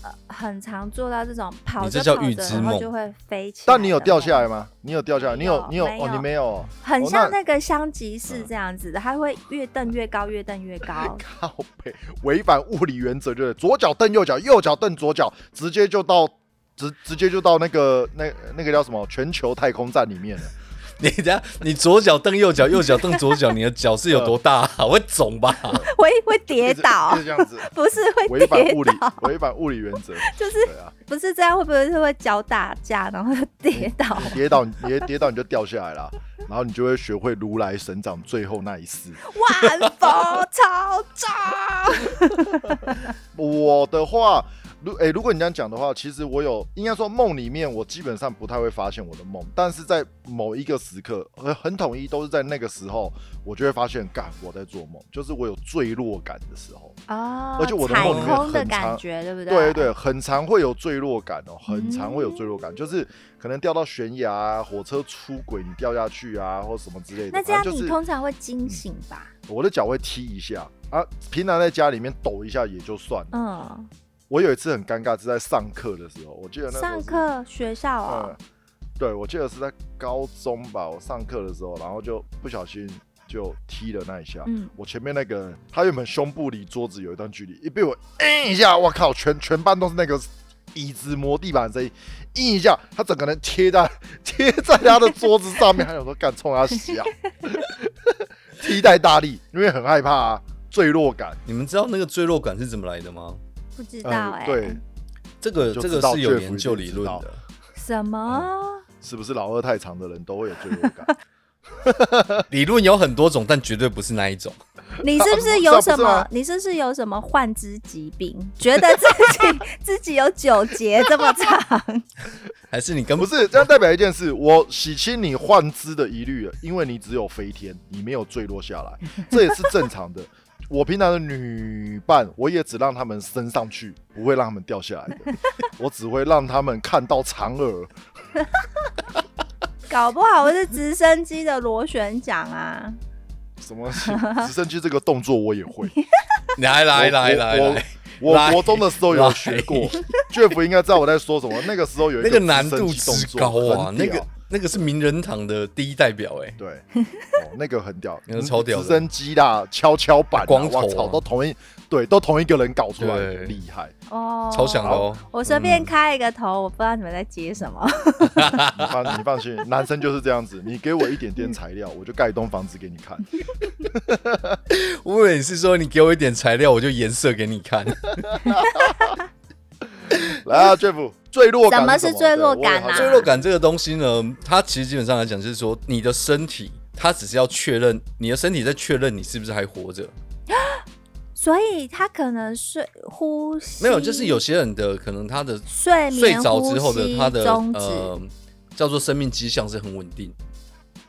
Speaker 3: 呃，很常做到这种跑
Speaker 1: 你这
Speaker 3: 着
Speaker 1: 叫
Speaker 3: 跑
Speaker 1: 预
Speaker 3: 着，
Speaker 1: 知
Speaker 3: 然后
Speaker 1: 梦
Speaker 3: 就会飞起来。
Speaker 2: 但你有掉下来？吗？你有掉下来？ 你
Speaker 3: 没有
Speaker 2: 有，你有
Speaker 3: 没有
Speaker 2: 哦，你没有哦，
Speaker 3: 很
Speaker 2: 哦
Speaker 3: 像
Speaker 2: 那。
Speaker 3: 那个香
Speaker 1: 嗯
Speaker 3: 吉士这样子的，它会越蹬越高，越 蹬越高
Speaker 2: 靠背，违反物理原则就是左脚蹬右脚，右脚蹬左脚，直接就到直直接就到那个那那个叫什么全球太空站里面了。
Speaker 1: 你等下，你左脚蹬右脚，右脚蹬左脚，你的脚是有多大、啊？会肿 吧？
Speaker 3: 会会跌
Speaker 2: 一直
Speaker 3: 倒
Speaker 2: 就，是这样子，
Speaker 3: 不是会
Speaker 2: 违反
Speaker 3: 跌
Speaker 2: 物理
Speaker 3: 倒，
Speaker 2: 违反物理原则。
Speaker 3: 就是
Speaker 2: 对啊，
Speaker 3: 不是这样，会不会是会脚打架，然后就
Speaker 1: 哎
Speaker 3: 跌 倒？
Speaker 2: 你跌倒，你跌跌倒你就掉下来了，然后你就会学会如来神掌最后那一式。
Speaker 3: 万佛朝宗。
Speaker 2: 我的话，如诶、如果你这样讲的话，其实我有应该说梦里面，我基本上不太会发现我的梦，但是在某一个时刻，很很统一，都是在那个时候，我就会发现，干我在做梦，就是我有坠落感的时候。
Speaker 3: 哦，
Speaker 2: 而且我的
Speaker 3: 踩
Speaker 2: 梦里面
Speaker 3: 空的
Speaker 2: 很
Speaker 3: 感
Speaker 2: 常
Speaker 3: 觉，对不啊嗯对？
Speaker 2: 对对，很常会有坠落感哦，很常会有坠落感，就是可能掉到悬崖啊，火车出轨你掉下去啊，或什么之类的。
Speaker 3: 那这样
Speaker 2: 反正就
Speaker 3: 你
Speaker 2: 是嗯
Speaker 3: 通常会惊醒吧？
Speaker 2: 我的脚会踢一下啊，平常在家里面抖一下也就算了。
Speaker 3: 嗯，
Speaker 2: 我有一次很尴尬，是在上课的时候，我记得那时候
Speaker 3: 上
Speaker 2: 是
Speaker 3: 课学校哦
Speaker 2: 嗯，，对，我记得是在高中吧，我上课的时候，然后就不小心就踢了那一下。
Speaker 3: 嗯，
Speaker 2: 我前面那个人，他原本胸部离桌子有一段距离，一被我硬一下，我靠，全全班都是那个椅子磨地板的声音，硬一下，他整个人贴在贴在他的桌子上面，还想说干冲他笑， 踢太大力，因为很害怕啊，坠落感。
Speaker 1: 你们知道那个坠落感是怎么来的吗？
Speaker 3: 不知
Speaker 2: 嗯
Speaker 3: 道哎，
Speaker 2: 对，
Speaker 1: 这个
Speaker 2: 就
Speaker 1: 这
Speaker 2: 知
Speaker 1: 个
Speaker 2: 道
Speaker 1: 是有
Speaker 2: Jeff
Speaker 1: 研究理论
Speaker 2: 一定
Speaker 1: 的。
Speaker 3: 什么？
Speaker 2: 是不是老二太长的人都会有坠落感？
Speaker 1: 理论有很多种，但绝对不是那一种。
Speaker 3: 你是 不是
Speaker 2: 不
Speaker 3: 有
Speaker 2: 是
Speaker 3: 什
Speaker 2: 不是啊
Speaker 3: 么
Speaker 2: 吗？
Speaker 3: 你是不是有什么患肢疾病？觉得自己 自己有九节这么长？
Speaker 1: 还是你根
Speaker 2: 不
Speaker 1: 本
Speaker 2: 是，这样代表一件事，我洗清你幻肢的疑虑了，因为你只有飞天，你没有坠落下来，这也是正常的。 我平常的女伴，我也只让他们升上去，不会让他们掉下来的，我只会让他们看到嫦娥。
Speaker 3: 搞不好我是直升机的螺旋桨啊！
Speaker 2: 什么直升机这个动作我也会，
Speaker 1: 来 来来来
Speaker 2: 我
Speaker 1: 来，
Speaker 2: 我
Speaker 1: 来
Speaker 2: 我国中的时候有 学过，Jeff 应该知道我在说什么。那个时候有一
Speaker 1: 那个
Speaker 2: 直
Speaker 1: 难
Speaker 2: 升
Speaker 1: 度
Speaker 2: 机动
Speaker 1: 之
Speaker 2: 作
Speaker 1: 高啊，
Speaker 2: 很
Speaker 1: 那
Speaker 2: 屌
Speaker 1: 个那个是名人堂的第一代表哎、
Speaker 2: 对， 哦，那个很屌，
Speaker 1: 那个超屌的
Speaker 2: 直升机啦，跷跷板啊，
Speaker 1: 光头啊
Speaker 2: 我操，都同一，对，都同一个人搞出来的，
Speaker 1: 对
Speaker 2: 厉害。
Speaker 3: 哦，
Speaker 1: 超强的哦。
Speaker 3: 我随
Speaker 2: 嗯
Speaker 3: 便开一个头，我不知道你们在接什么。
Speaker 2: 你放你放心，男生就是这样子，你给我一点点材料，我就盖一栋房子给你看。
Speaker 1: 我以为你是说你给我一点材料，我就颜色给你 看。
Speaker 2: 来啊，Jeff，坠落感
Speaker 3: 什么
Speaker 2: 是
Speaker 3: 是坠落感啊
Speaker 2: 啊？
Speaker 1: 坠落感这个东西呢，它其实基本上来讲，就是说你的身体，它只是要确认你的身体在确认你是不是还活着。
Speaker 3: 所以他可能睡呼吸
Speaker 1: 没有，就是有些人的可能他的
Speaker 3: 睡眠
Speaker 1: 睡着之后
Speaker 3: 呼
Speaker 1: 的
Speaker 3: 吸
Speaker 1: 他的
Speaker 3: 终止
Speaker 1: 呃叫做生命迹象是很稳定，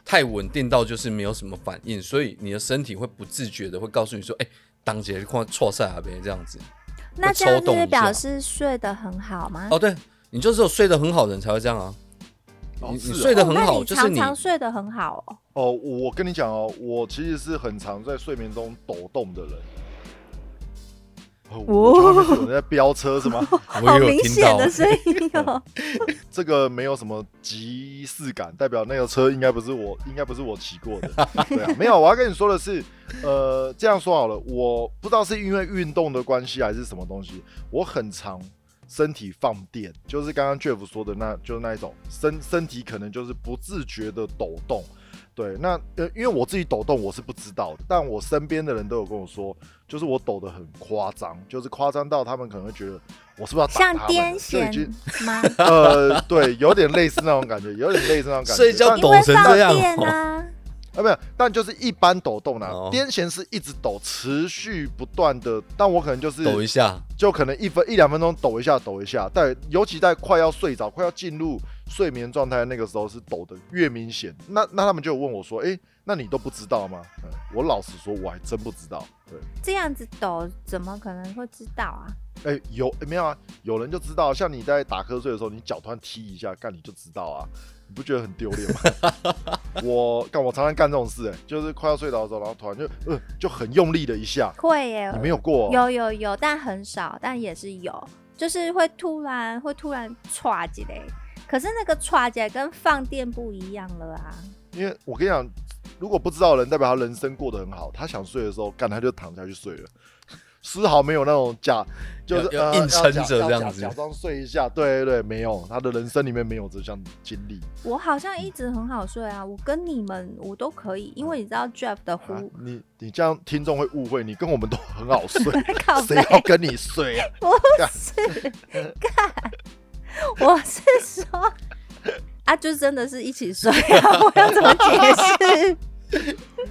Speaker 1: 太稳定到就是没有什么反应，所以你的身体会不自觉的会告诉你说，哎、当节快错赛啊呗这样子。
Speaker 3: 那这样
Speaker 1: 抽
Speaker 3: 就
Speaker 1: 动
Speaker 3: 是
Speaker 1: 一下
Speaker 3: 表示睡得很好吗？
Speaker 1: 哦，对，你就是有睡得很好的人才会这样啊。
Speaker 2: 哦
Speaker 1: 你
Speaker 2: 是
Speaker 1: 你
Speaker 2: 哦
Speaker 1: 睡得很
Speaker 3: 哦那
Speaker 1: 好，
Speaker 3: 你
Speaker 1: 就是
Speaker 3: 常
Speaker 1: 你
Speaker 3: 常睡得很好哦。
Speaker 2: 哦，我跟你讲哦，我其实是很常在睡眠中抖动的人。哦，我觉得他们是有人在飙车 是吗？
Speaker 1: 我
Speaker 3: 好
Speaker 1: 也
Speaker 3: 明
Speaker 1: 有听
Speaker 3: 显
Speaker 1: 到
Speaker 3: 的，声音 哦！
Speaker 2: 这个没有什么即视感，代表那个车应该不是我，应该不是我骑过的。 对啊，没有，我要跟你说的是，呃，这样说好了，我不知道是因为运动的关系还是什么东西，我很常身体放电，就是刚刚 Jeff 说的那，就是那一种身 身体可能就是不自觉的抖动。对，那呃，因为我自己抖动我是不知道的，但我身边的人都有跟我说，就是我抖得很夸张，就是夸张到他们可能会觉得我是不是要打
Speaker 3: 像
Speaker 2: 他们
Speaker 3: 癫
Speaker 2: 就已经
Speaker 3: 痫吗？
Speaker 2: 呃，对，有点类似那种感觉，有点类似那种感觉。
Speaker 1: 睡觉
Speaker 2: 但
Speaker 3: 因
Speaker 1: 抖
Speaker 3: 为
Speaker 1: 成
Speaker 3: 放
Speaker 1: 这样
Speaker 3: 电
Speaker 1: 哦
Speaker 3: 啊！
Speaker 2: 啊，没有，但就是一般抖动啦、
Speaker 1: 哦
Speaker 2: 癫痫是一直抖，持续不断的，但我可能就是
Speaker 1: 抖一下，
Speaker 2: 就可能一分一两分钟抖一下，抖一下。但尤其在快要睡着、快要进入睡眠状态的那个时候，是抖的越明显。那那他们就有问我说：“诶，那你都不知道吗？”嗯我老实说，我还真不知道。对。
Speaker 3: 这样子抖怎么可能会知道啊？
Speaker 2: 哎、有、哎没有啊？有人就知道，像你在打瞌睡的时候，你脚突然踢一下，干你就知道啊，你不觉得很丢脸吗？ 我干，我常常干这种事、哎，就是快要睡着的时候，然后突然就呃就很用力的一下，
Speaker 3: 会耶，
Speaker 2: 你没有过、哦？
Speaker 3: 有有有，但很少，但也是有，就是会突然会突然歘起来，可是那个歘起来跟放电不一样了啊！
Speaker 2: 因为我跟你讲，如果不知道的人，代表他人生过得很好，他想睡的时候，干他就躺下去睡了，丝毫没有那种假，就是
Speaker 1: 要要
Speaker 2: 呃
Speaker 1: 硬撑
Speaker 2: 假
Speaker 1: 着
Speaker 2: 要
Speaker 1: 这样
Speaker 2: 假
Speaker 1: 子
Speaker 2: 假装睡一下。对对对，没有，他的人生里面没有这项经历。
Speaker 3: 我好像一直很好睡啊，我跟你们我都可以，因为你知道 Jeff 的呼、
Speaker 2: 嗯 啊、你你这样听众会误会，你跟我们都很好睡，
Speaker 3: 靠
Speaker 2: 谁
Speaker 3: 背
Speaker 2: 要跟你睡啊？
Speaker 3: 是干，我是说啊，就真的是一起睡啊，我要怎么解 释？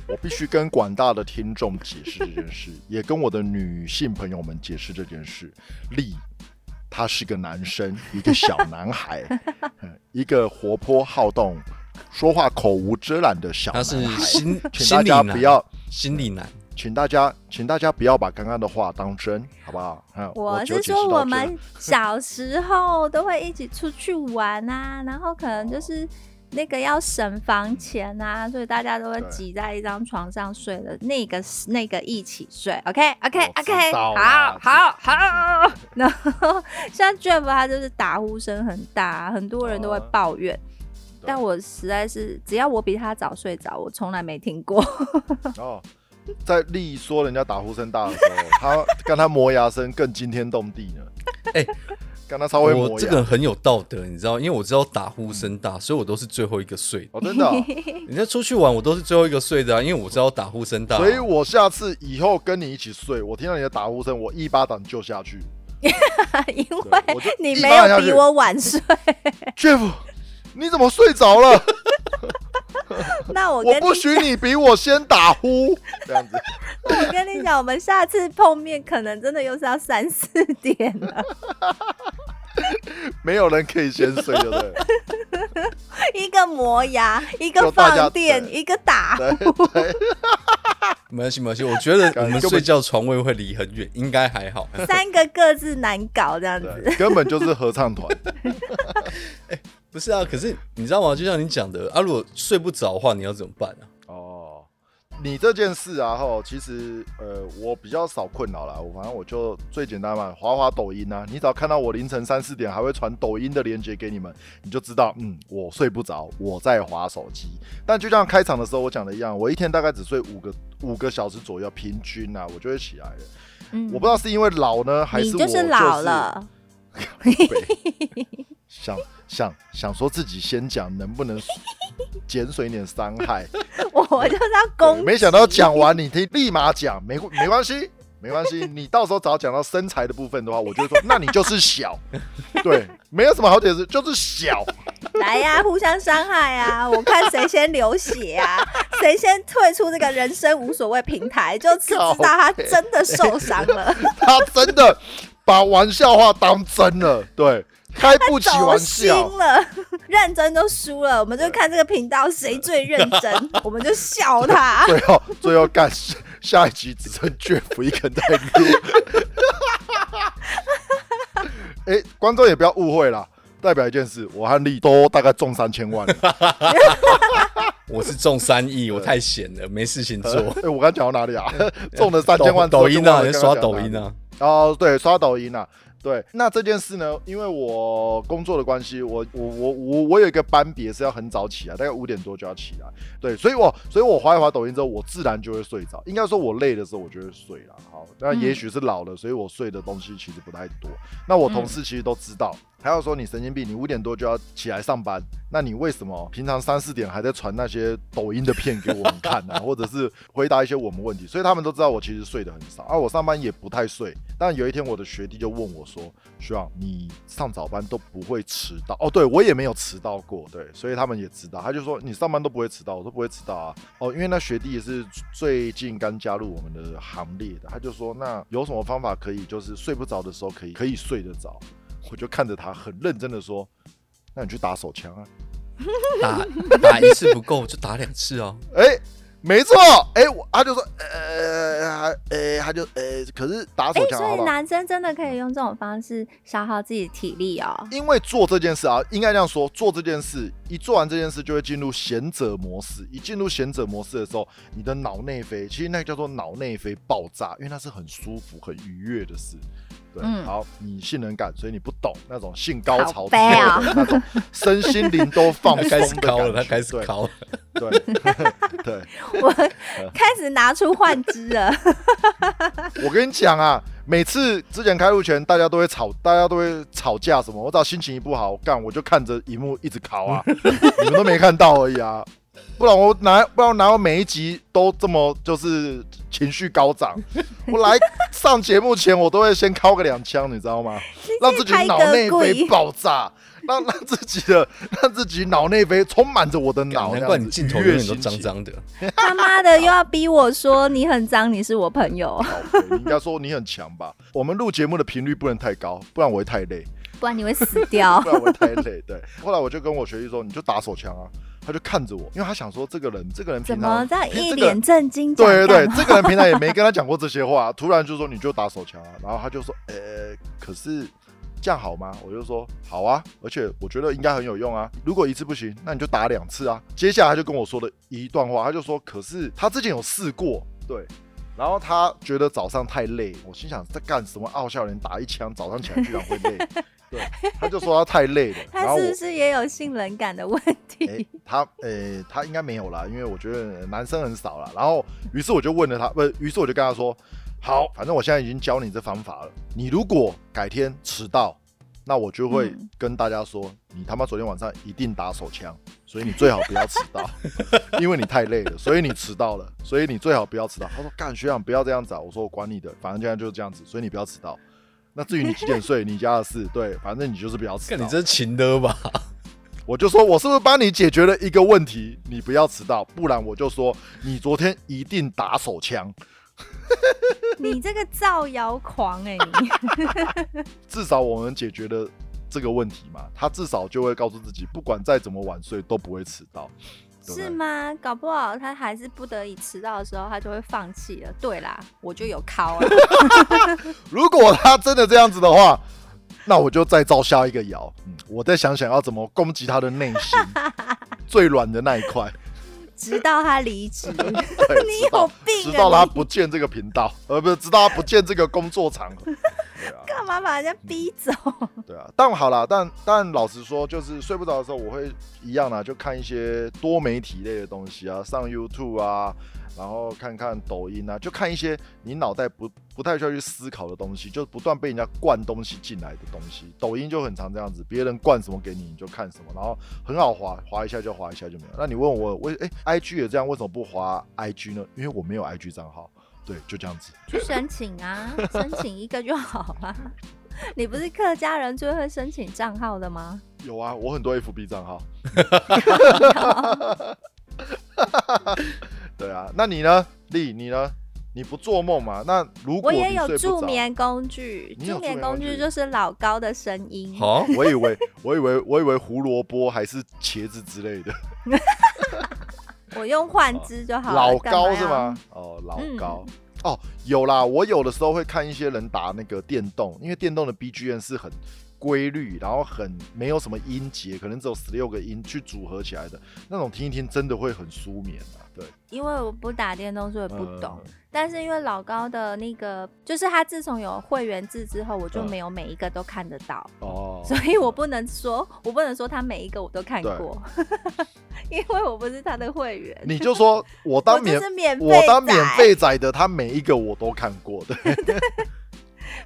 Speaker 2: 我必须跟广大的听众解释这件事，也跟我的女性朋友们解释这件事。力，他是个男生，一个小男 孩，嗯一个活泼好动、说话口无遮拦的小
Speaker 1: 他
Speaker 2: 男
Speaker 1: 是
Speaker 2: 孩。
Speaker 1: 心
Speaker 2: 请
Speaker 1: 心
Speaker 2: 大
Speaker 1: 理
Speaker 2: 家
Speaker 1: 男，
Speaker 2: 不要，
Speaker 1: 心理男。
Speaker 2: 请大家，请大家不要把刚刚的话当真，好不好？嗯
Speaker 3: 我
Speaker 2: 就是解释到
Speaker 3: 说，我
Speaker 2: 这
Speaker 3: 们小时候都会一起出去玩啊，然后可能就是那个要省房钱啊，所以大家都会
Speaker 2: 对
Speaker 3: 挤在一张床上睡的那个那个一起睡。OK OK
Speaker 2: 我哦知
Speaker 3: OK，
Speaker 2: 道
Speaker 3: 好
Speaker 2: 啦
Speaker 3: 好好。 然后像 Jeff 他就是打呼声很大，很多人都会
Speaker 2: 哦
Speaker 3: 抱怨。但
Speaker 2: 对
Speaker 3: 我实在是，只要我比他早睡着，我从来没 听过。
Speaker 2: 哦，在力说人家打呼声大的时候，他跟他磨牙声更惊天动地呢。
Speaker 1: 哎
Speaker 2: 跟他稍微
Speaker 1: 我
Speaker 2: 磨牙，
Speaker 1: 这个人很有道德，你知道，因为我知道打呼声
Speaker 2: 嗯
Speaker 1: 大，所以我都是最后一个睡的。
Speaker 2: 哦，真的 哦、
Speaker 1: 人家出去玩，我都是最后一个睡的啊，因为我知道打呼声大啊。
Speaker 2: 所以我下次以后跟你一起睡，我听到你的打呼声，我一巴掌就下去。
Speaker 3: 因为
Speaker 2: 对我就
Speaker 3: 你
Speaker 2: 一
Speaker 3: 没
Speaker 2: 巴掌
Speaker 3: 有
Speaker 2: 下
Speaker 3: 比
Speaker 2: 去
Speaker 3: 我 晚睡，
Speaker 2: Jeff，你怎么睡着了？
Speaker 3: 那 我跟
Speaker 2: 我
Speaker 3: 你
Speaker 2: 不许你比我先打呼，这样子。
Speaker 3: 我跟你讲，我们下次碰面可能真的又是要三四点了，
Speaker 2: 没有人可以先睡，对不对？
Speaker 3: 一个磨牙，一个
Speaker 2: 就大家
Speaker 3: 放电，
Speaker 2: 对
Speaker 3: 一个打 呼。
Speaker 1: 没关系，没关系。我觉 得
Speaker 2: 感觉
Speaker 1: 我们
Speaker 2: 根本
Speaker 1: 睡觉床位会离很远，应该还好。
Speaker 3: 三个各自难搞这样子，
Speaker 2: 对，根本就是合唱团。
Speaker 1: 不是啊，可是你知道吗？就像你讲的啊，如果睡不着的话，你要怎么办啊？
Speaker 2: 哦，你这件事啊，哈，其实呃，我比较少困扰啦。我反正我就最简单嘛，滑滑抖音啊。你只要看到我凌晨三四点还会传抖音的链接给你们，你就知道，嗯，我睡不着，我在滑手机。但就像开场的时候我讲的一样，我一天大概只睡五个五个小时左右，平均啊，我就会起来了。
Speaker 3: 嗯
Speaker 2: 我不知道是因为老呢，还
Speaker 3: 你
Speaker 2: 是我
Speaker 3: 就是老了，
Speaker 2: 对想想想说自己先讲，能不能 减损一点伤害？
Speaker 3: 我就是要
Speaker 2: 对
Speaker 3: 攻击。
Speaker 2: 没想到讲完你可以立马讲，没没关 系，没关系。你到时候只要讲到身材的部分的话，我就会说，那你就是小， 对，没有什么好解释，就是小。
Speaker 3: 来呀、互相伤害啊！我看谁先流血啊，谁先退出这个人生无所谓平台，就知知道他真的受伤了，
Speaker 2: 他真的把玩笑话当真了，对，开 不起
Speaker 3: 走
Speaker 2: 玩
Speaker 3: 心
Speaker 2: 笑。
Speaker 3: 了，认真都输了。我们就看这个频道谁最认 真，我们就笑他。
Speaker 2: 最后，最后干 下下一集只剩 Jeff 一个人在录。 哎、观众也不要误会啦，代表一件事，我和丽都大概中三千万了。
Speaker 1: 我是中三亿，我太闲了，没事情做。
Speaker 2: 哎、我刚讲到哪里 啊？ 中了三
Speaker 1: 抖
Speaker 2: 千万之后
Speaker 1: 抖音啊，
Speaker 2: 就忘了
Speaker 1: 你在
Speaker 2: 刚
Speaker 1: 刷
Speaker 2: 刚讲
Speaker 1: 抖
Speaker 2: 哪里
Speaker 1: 音。啊，
Speaker 2: 哦，对，刷抖音啊。对，那这件事呢，因为我工作的关系，我我我我我有一个班别是要很早起来，啊大概五点多就要起来。对，所以我所以我滑一滑抖音之后，我自然就会睡着。应该说，我累的时候我就会睡了。好，那
Speaker 3: 嗯
Speaker 2: 也许是老了，所以我睡的东西其实不太多。那我同事其实都知道，他要说你神经病，你五点多就要起来上班，那你为什么平常三四点还在传那些抖音的片给我们看呢、或者是回答一些我们问题？所以他们都知道我其实睡得很少，而、啊我上班也不太睡。但有一天我的学弟就问我说：“徐朗，你上早班都不会迟到？”哦，对我也没有迟到过，对，所以他们也知道。他就说：“你上班都不会迟到？”我说：“不会迟到啊。”哦，因为那学弟也是最近刚加入我们的行列的，他就说：“那有什么方法可以就是睡不着的时候可以可以睡得着？”我就看着他很认真的说：“那你去打手枪啊。”
Speaker 1: 打打一次不够就打两次哦。
Speaker 2: 哎、没错，哎、我他就说，呃，呃，他就呃，可是打手
Speaker 3: 哎、
Speaker 2: 枪好
Speaker 3: 所以
Speaker 2: 不好？
Speaker 3: 男生真的可以用这种方式消耗自己的体力哦。
Speaker 2: 因为做这件事啊，应该这样说，做这件事，一做完这件事就会进入贤者模式。一进入贤者模式的时候，你的脑内啡，其实那个叫做脑内啡爆炸，因为那是很舒服、很愉悦的事。对，
Speaker 3: 嗯
Speaker 2: 好，你性能感，所以你不懂那种性高
Speaker 3: 好
Speaker 2: 潮之
Speaker 3: 悲
Speaker 2: 后
Speaker 3: 啊
Speaker 2: 的那种身心灵都 放
Speaker 1: 他
Speaker 2: 松
Speaker 1: 开始
Speaker 2: 的
Speaker 1: 考了，他
Speaker 2: 感
Speaker 1: 开
Speaker 2: 觉。
Speaker 1: 始考了。
Speaker 2: 对对对，
Speaker 3: 我
Speaker 2: 嗯
Speaker 3: 开始拿出换肢了，
Speaker 2: 我跟你讲啊，每次之前开路前，大家都会吵，大家都会吵架什么。我只要心情一不好，干我就看着荧幕一直 考啊，你们都没看到而已啊。不然我哪，不然我哪有每一集都这么就是情绪高 涨？我来上节目前，我都会先敲个两枪，你知道吗？让自己脑内啡爆炸，让 让自己的让自己脑内啡充满着我的脑，
Speaker 1: 难怪你
Speaker 2: 这
Speaker 1: 镜
Speaker 2: 样子
Speaker 1: 头
Speaker 2: 愉
Speaker 1: 永
Speaker 2: 悦
Speaker 1: 远都
Speaker 2: 心
Speaker 1: 脏
Speaker 2: 情。
Speaker 1: 脏的。
Speaker 3: 他妈的又要逼我说你很脏，你是我朋友，
Speaker 2: 好 你应该说你很强吧？我们录节目的频率不能太高，不然我会太累。
Speaker 3: 不然你会死 掉
Speaker 2: 不。然我会太累。对，后来我就跟我学弟说，你就打手枪啊。他就看着我，因为他想说这个人，这个人
Speaker 3: 怎
Speaker 2: 平
Speaker 3: 么
Speaker 2: 常
Speaker 3: 这样
Speaker 2: 这
Speaker 3: 一
Speaker 2: 个
Speaker 3: 脸震惊讲
Speaker 2: 对
Speaker 3: 干嘛？
Speaker 2: 对对，这个人平常也没跟他讲过这些话， 突然就说你就打手枪啊，然后他就说，呃、可是这样好吗？我就说好啊，而且我觉得应该很有用啊。如果一次不行，那你就打两次啊。接下来他就跟我说了一段话，他就说，可是他之前有试过，对。然后他觉得早上太累，我心想在干什么？傲笑人打一枪，早上起来居然会累，对，他就说他太累了。然
Speaker 3: 他
Speaker 2: 后我。
Speaker 3: 是不是也有性冷感的问
Speaker 2: 哎、
Speaker 3: 题？
Speaker 2: 他呃、他应该没有啦，因为我觉得男生很少啦。然后，于是我就问了他，不、是，于是我就跟他说，好，反正我现在已经教你这方法了。你如果改天迟到，那我就会
Speaker 3: 嗯
Speaker 2: 跟大家说，你他妈昨天晚上一定打手枪，所以你最好不要迟到， 因为你太累了，所以你迟到了，所以你最好不要迟到。他说，干学长不要这样子啊，我说我管你的，反正现在就是这样子，所以你不要迟到。那至于你几点睡，你家的事，对，反正你就是不要迟
Speaker 1: 看
Speaker 2: 到
Speaker 1: 你。这勤的吧？
Speaker 2: 我就说我是不是帮你解决了一个问题？你不要迟到，不然我就说你昨天一定打手枪。
Speaker 3: 你这个造谣狂哎、你
Speaker 2: 至少我们解决了这个问题嘛，他至少就会告诉自己，不管再怎么晚睡都不会迟到， 对啊不
Speaker 3: 是
Speaker 2: 对？
Speaker 3: 吗？搞不好他还是不得已迟到的时候，他就会放弃了。对啦，我就有靠啊了。
Speaker 2: 如果他真的这样子的话， 那我就再造下一个谣，嗯，我再想想要怎么攻击他的内心最软的那一块。
Speaker 3: 直到他离职。
Speaker 2: 对
Speaker 3: 你
Speaker 2: 直到
Speaker 3: 有病啊
Speaker 2: 直到他
Speaker 3: 你
Speaker 2: 不见这个频道，呃，不是，直到他不见这个工作场合。对啊，
Speaker 3: 干嘛把人家逼走？
Speaker 2: 对啊，但好啦，但但老实说，就是睡不着的时候，我会一样啦，就看一些多媒体类的东西啊，上 YouTube 啊，然后看看抖音啊，就看一些你脑袋不不太需要去思考的东西，就不断被人家灌东西进来的东西。抖音就很常这样子，别人灌什么给你，你就看什么，然后很好滑，滑一下就滑一下就没有。那你问我，为哎、IG 也这样，为什么不滑 IG 呢？因为我没有 IG 账号。对，就这样子。
Speaker 3: 去申请啊，申请一个就好啊。 你不是客家人最会申请账号的吗？
Speaker 2: 有啊，我很多 FB 账 号。对啊，那你呢？丽，你呢？你不做梦嘛？那如果
Speaker 3: 我
Speaker 2: 你
Speaker 3: 也有
Speaker 2: 睡不
Speaker 3: 助
Speaker 2: 着，
Speaker 3: 眠工具，
Speaker 2: 你有
Speaker 3: 助眠
Speaker 2: 助眠工
Speaker 3: 工
Speaker 2: 具
Speaker 3: 具就是老高的声音。
Speaker 1: 好、
Speaker 2: 我以为我以为我以为胡萝卜还是茄子之类的，
Speaker 3: 我用换支就好了。啊
Speaker 2: 老
Speaker 3: 干嘛嗯
Speaker 2: 高
Speaker 3: 要
Speaker 2: 是吗？？哦，老高。哦，有啦，我有的时候会看一些人打那个电动，因为电动的 BGM 是很规律，然后很没有什么音节，可能只有十六个音去组合起来的那种，听一听真的会很舒眠啊。对，
Speaker 3: 因为我不打电动，所以不懂。
Speaker 2: 嗯
Speaker 3: 但是因为老高的那个，就是他自从有会员制之后，我就
Speaker 2: 嗯
Speaker 3: 没有每一个都看得到，
Speaker 2: 哦，
Speaker 3: 所以我不能说，我不能说他每一个我都看
Speaker 2: 对
Speaker 3: 过， 因为我不是他的会员。
Speaker 2: 你就说我
Speaker 3: 我
Speaker 2: 当免
Speaker 3: 就是免
Speaker 2: 我
Speaker 3: 费
Speaker 2: 当免
Speaker 3: 仔
Speaker 2: 费仔的，他每一个我都看过 的。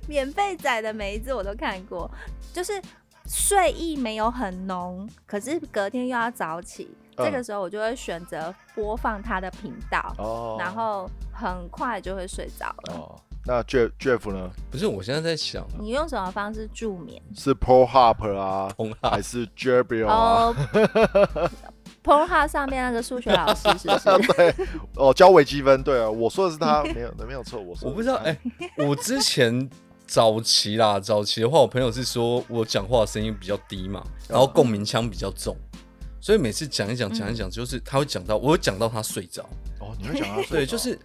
Speaker 3: 免费仔的每一只我都看过，就是睡意没有很浓，可是隔天又要早起，
Speaker 2: 嗯
Speaker 3: 这个时候我就会选择播放他的频道，
Speaker 2: 哦
Speaker 3: 然后很快就会睡着了。
Speaker 2: 哦，那 Jeff Jeff 呢？
Speaker 1: 不是，我现在在想啊，
Speaker 2: 嗯
Speaker 3: 你用什么方式助眠？
Speaker 2: 是 Pro Hop 啊，
Speaker 1: 红啊，
Speaker 2: 还是 Jerbil 啊？
Speaker 3: 哦 p o r h u b 上面那个数学老师是 不是？
Speaker 2: 对，哦，教微积分，对啊，我说的是 他，没有没有错，我说
Speaker 1: 我
Speaker 2: 的
Speaker 1: 不知
Speaker 2: 是
Speaker 1: 道，
Speaker 2: 他
Speaker 1: 哎、我之前早期啦，早期的话，我朋友是说我讲话声音比较低嘛，然
Speaker 2: 嗯
Speaker 1: 后共鸣腔比较重，所以每次讲一讲讲一讲，就是他会讲到，我有讲到他睡着，
Speaker 2: 哦，你会讲他
Speaker 1: 对，就是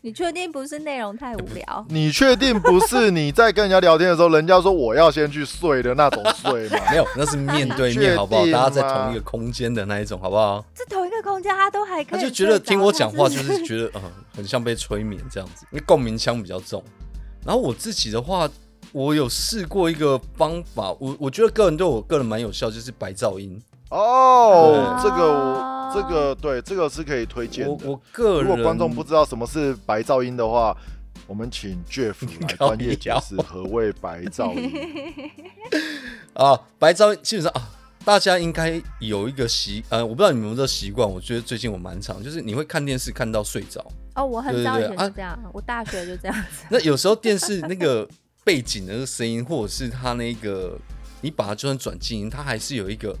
Speaker 3: 你确定不是内容太无聊？
Speaker 2: 你确定不是你在跟人家聊天的时候，人家说我要先去睡的那种睡吗？
Speaker 1: 没有，那是面对
Speaker 2: 你 确定
Speaker 1: 面
Speaker 2: 吗
Speaker 1: 好不好？大家在同一个空间的那一种好不好？
Speaker 3: 这同一个空间他都还可
Speaker 1: 他
Speaker 3: 以，
Speaker 1: 就觉得听我讲话就是觉得嗯、呃很像被催眠这样子，因为共鸣腔比较重。然后我自己的话，我有试过一个方法，我我觉得个人对我个人蛮有效，就是白噪音。
Speaker 2: 哦，
Speaker 1: 对
Speaker 2: 这个我这
Speaker 3: 啊
Speaker 2: 个对，这个是可以推荐
Speaker 1: 我
Speaker 2: 的。
Speaker 1: 我个人
Speaker 2: 如果观众不知道什么是白噪音的话，我们请 Jeff 来专业解释何谓白噪音。
Speaker 1: 啊，白噪音基本上啊，大家应该有一个习呃，我不知道你们有没有这个习惯，我觉得最近我蛮常，就是你会看电视看到睡着，
Speaker 3: 哦，我很
Speaker 1: 对对
Speaker 3: 早以
Speaker 1: 对
Speaker 3: 前
Speaker 1: 啊
Speaker 3: 是这样，我大学就这样子。
Speaker 1: 那有时候电视那个背景的那个声音，或者是它那个你把它就算转静音，它还是有一个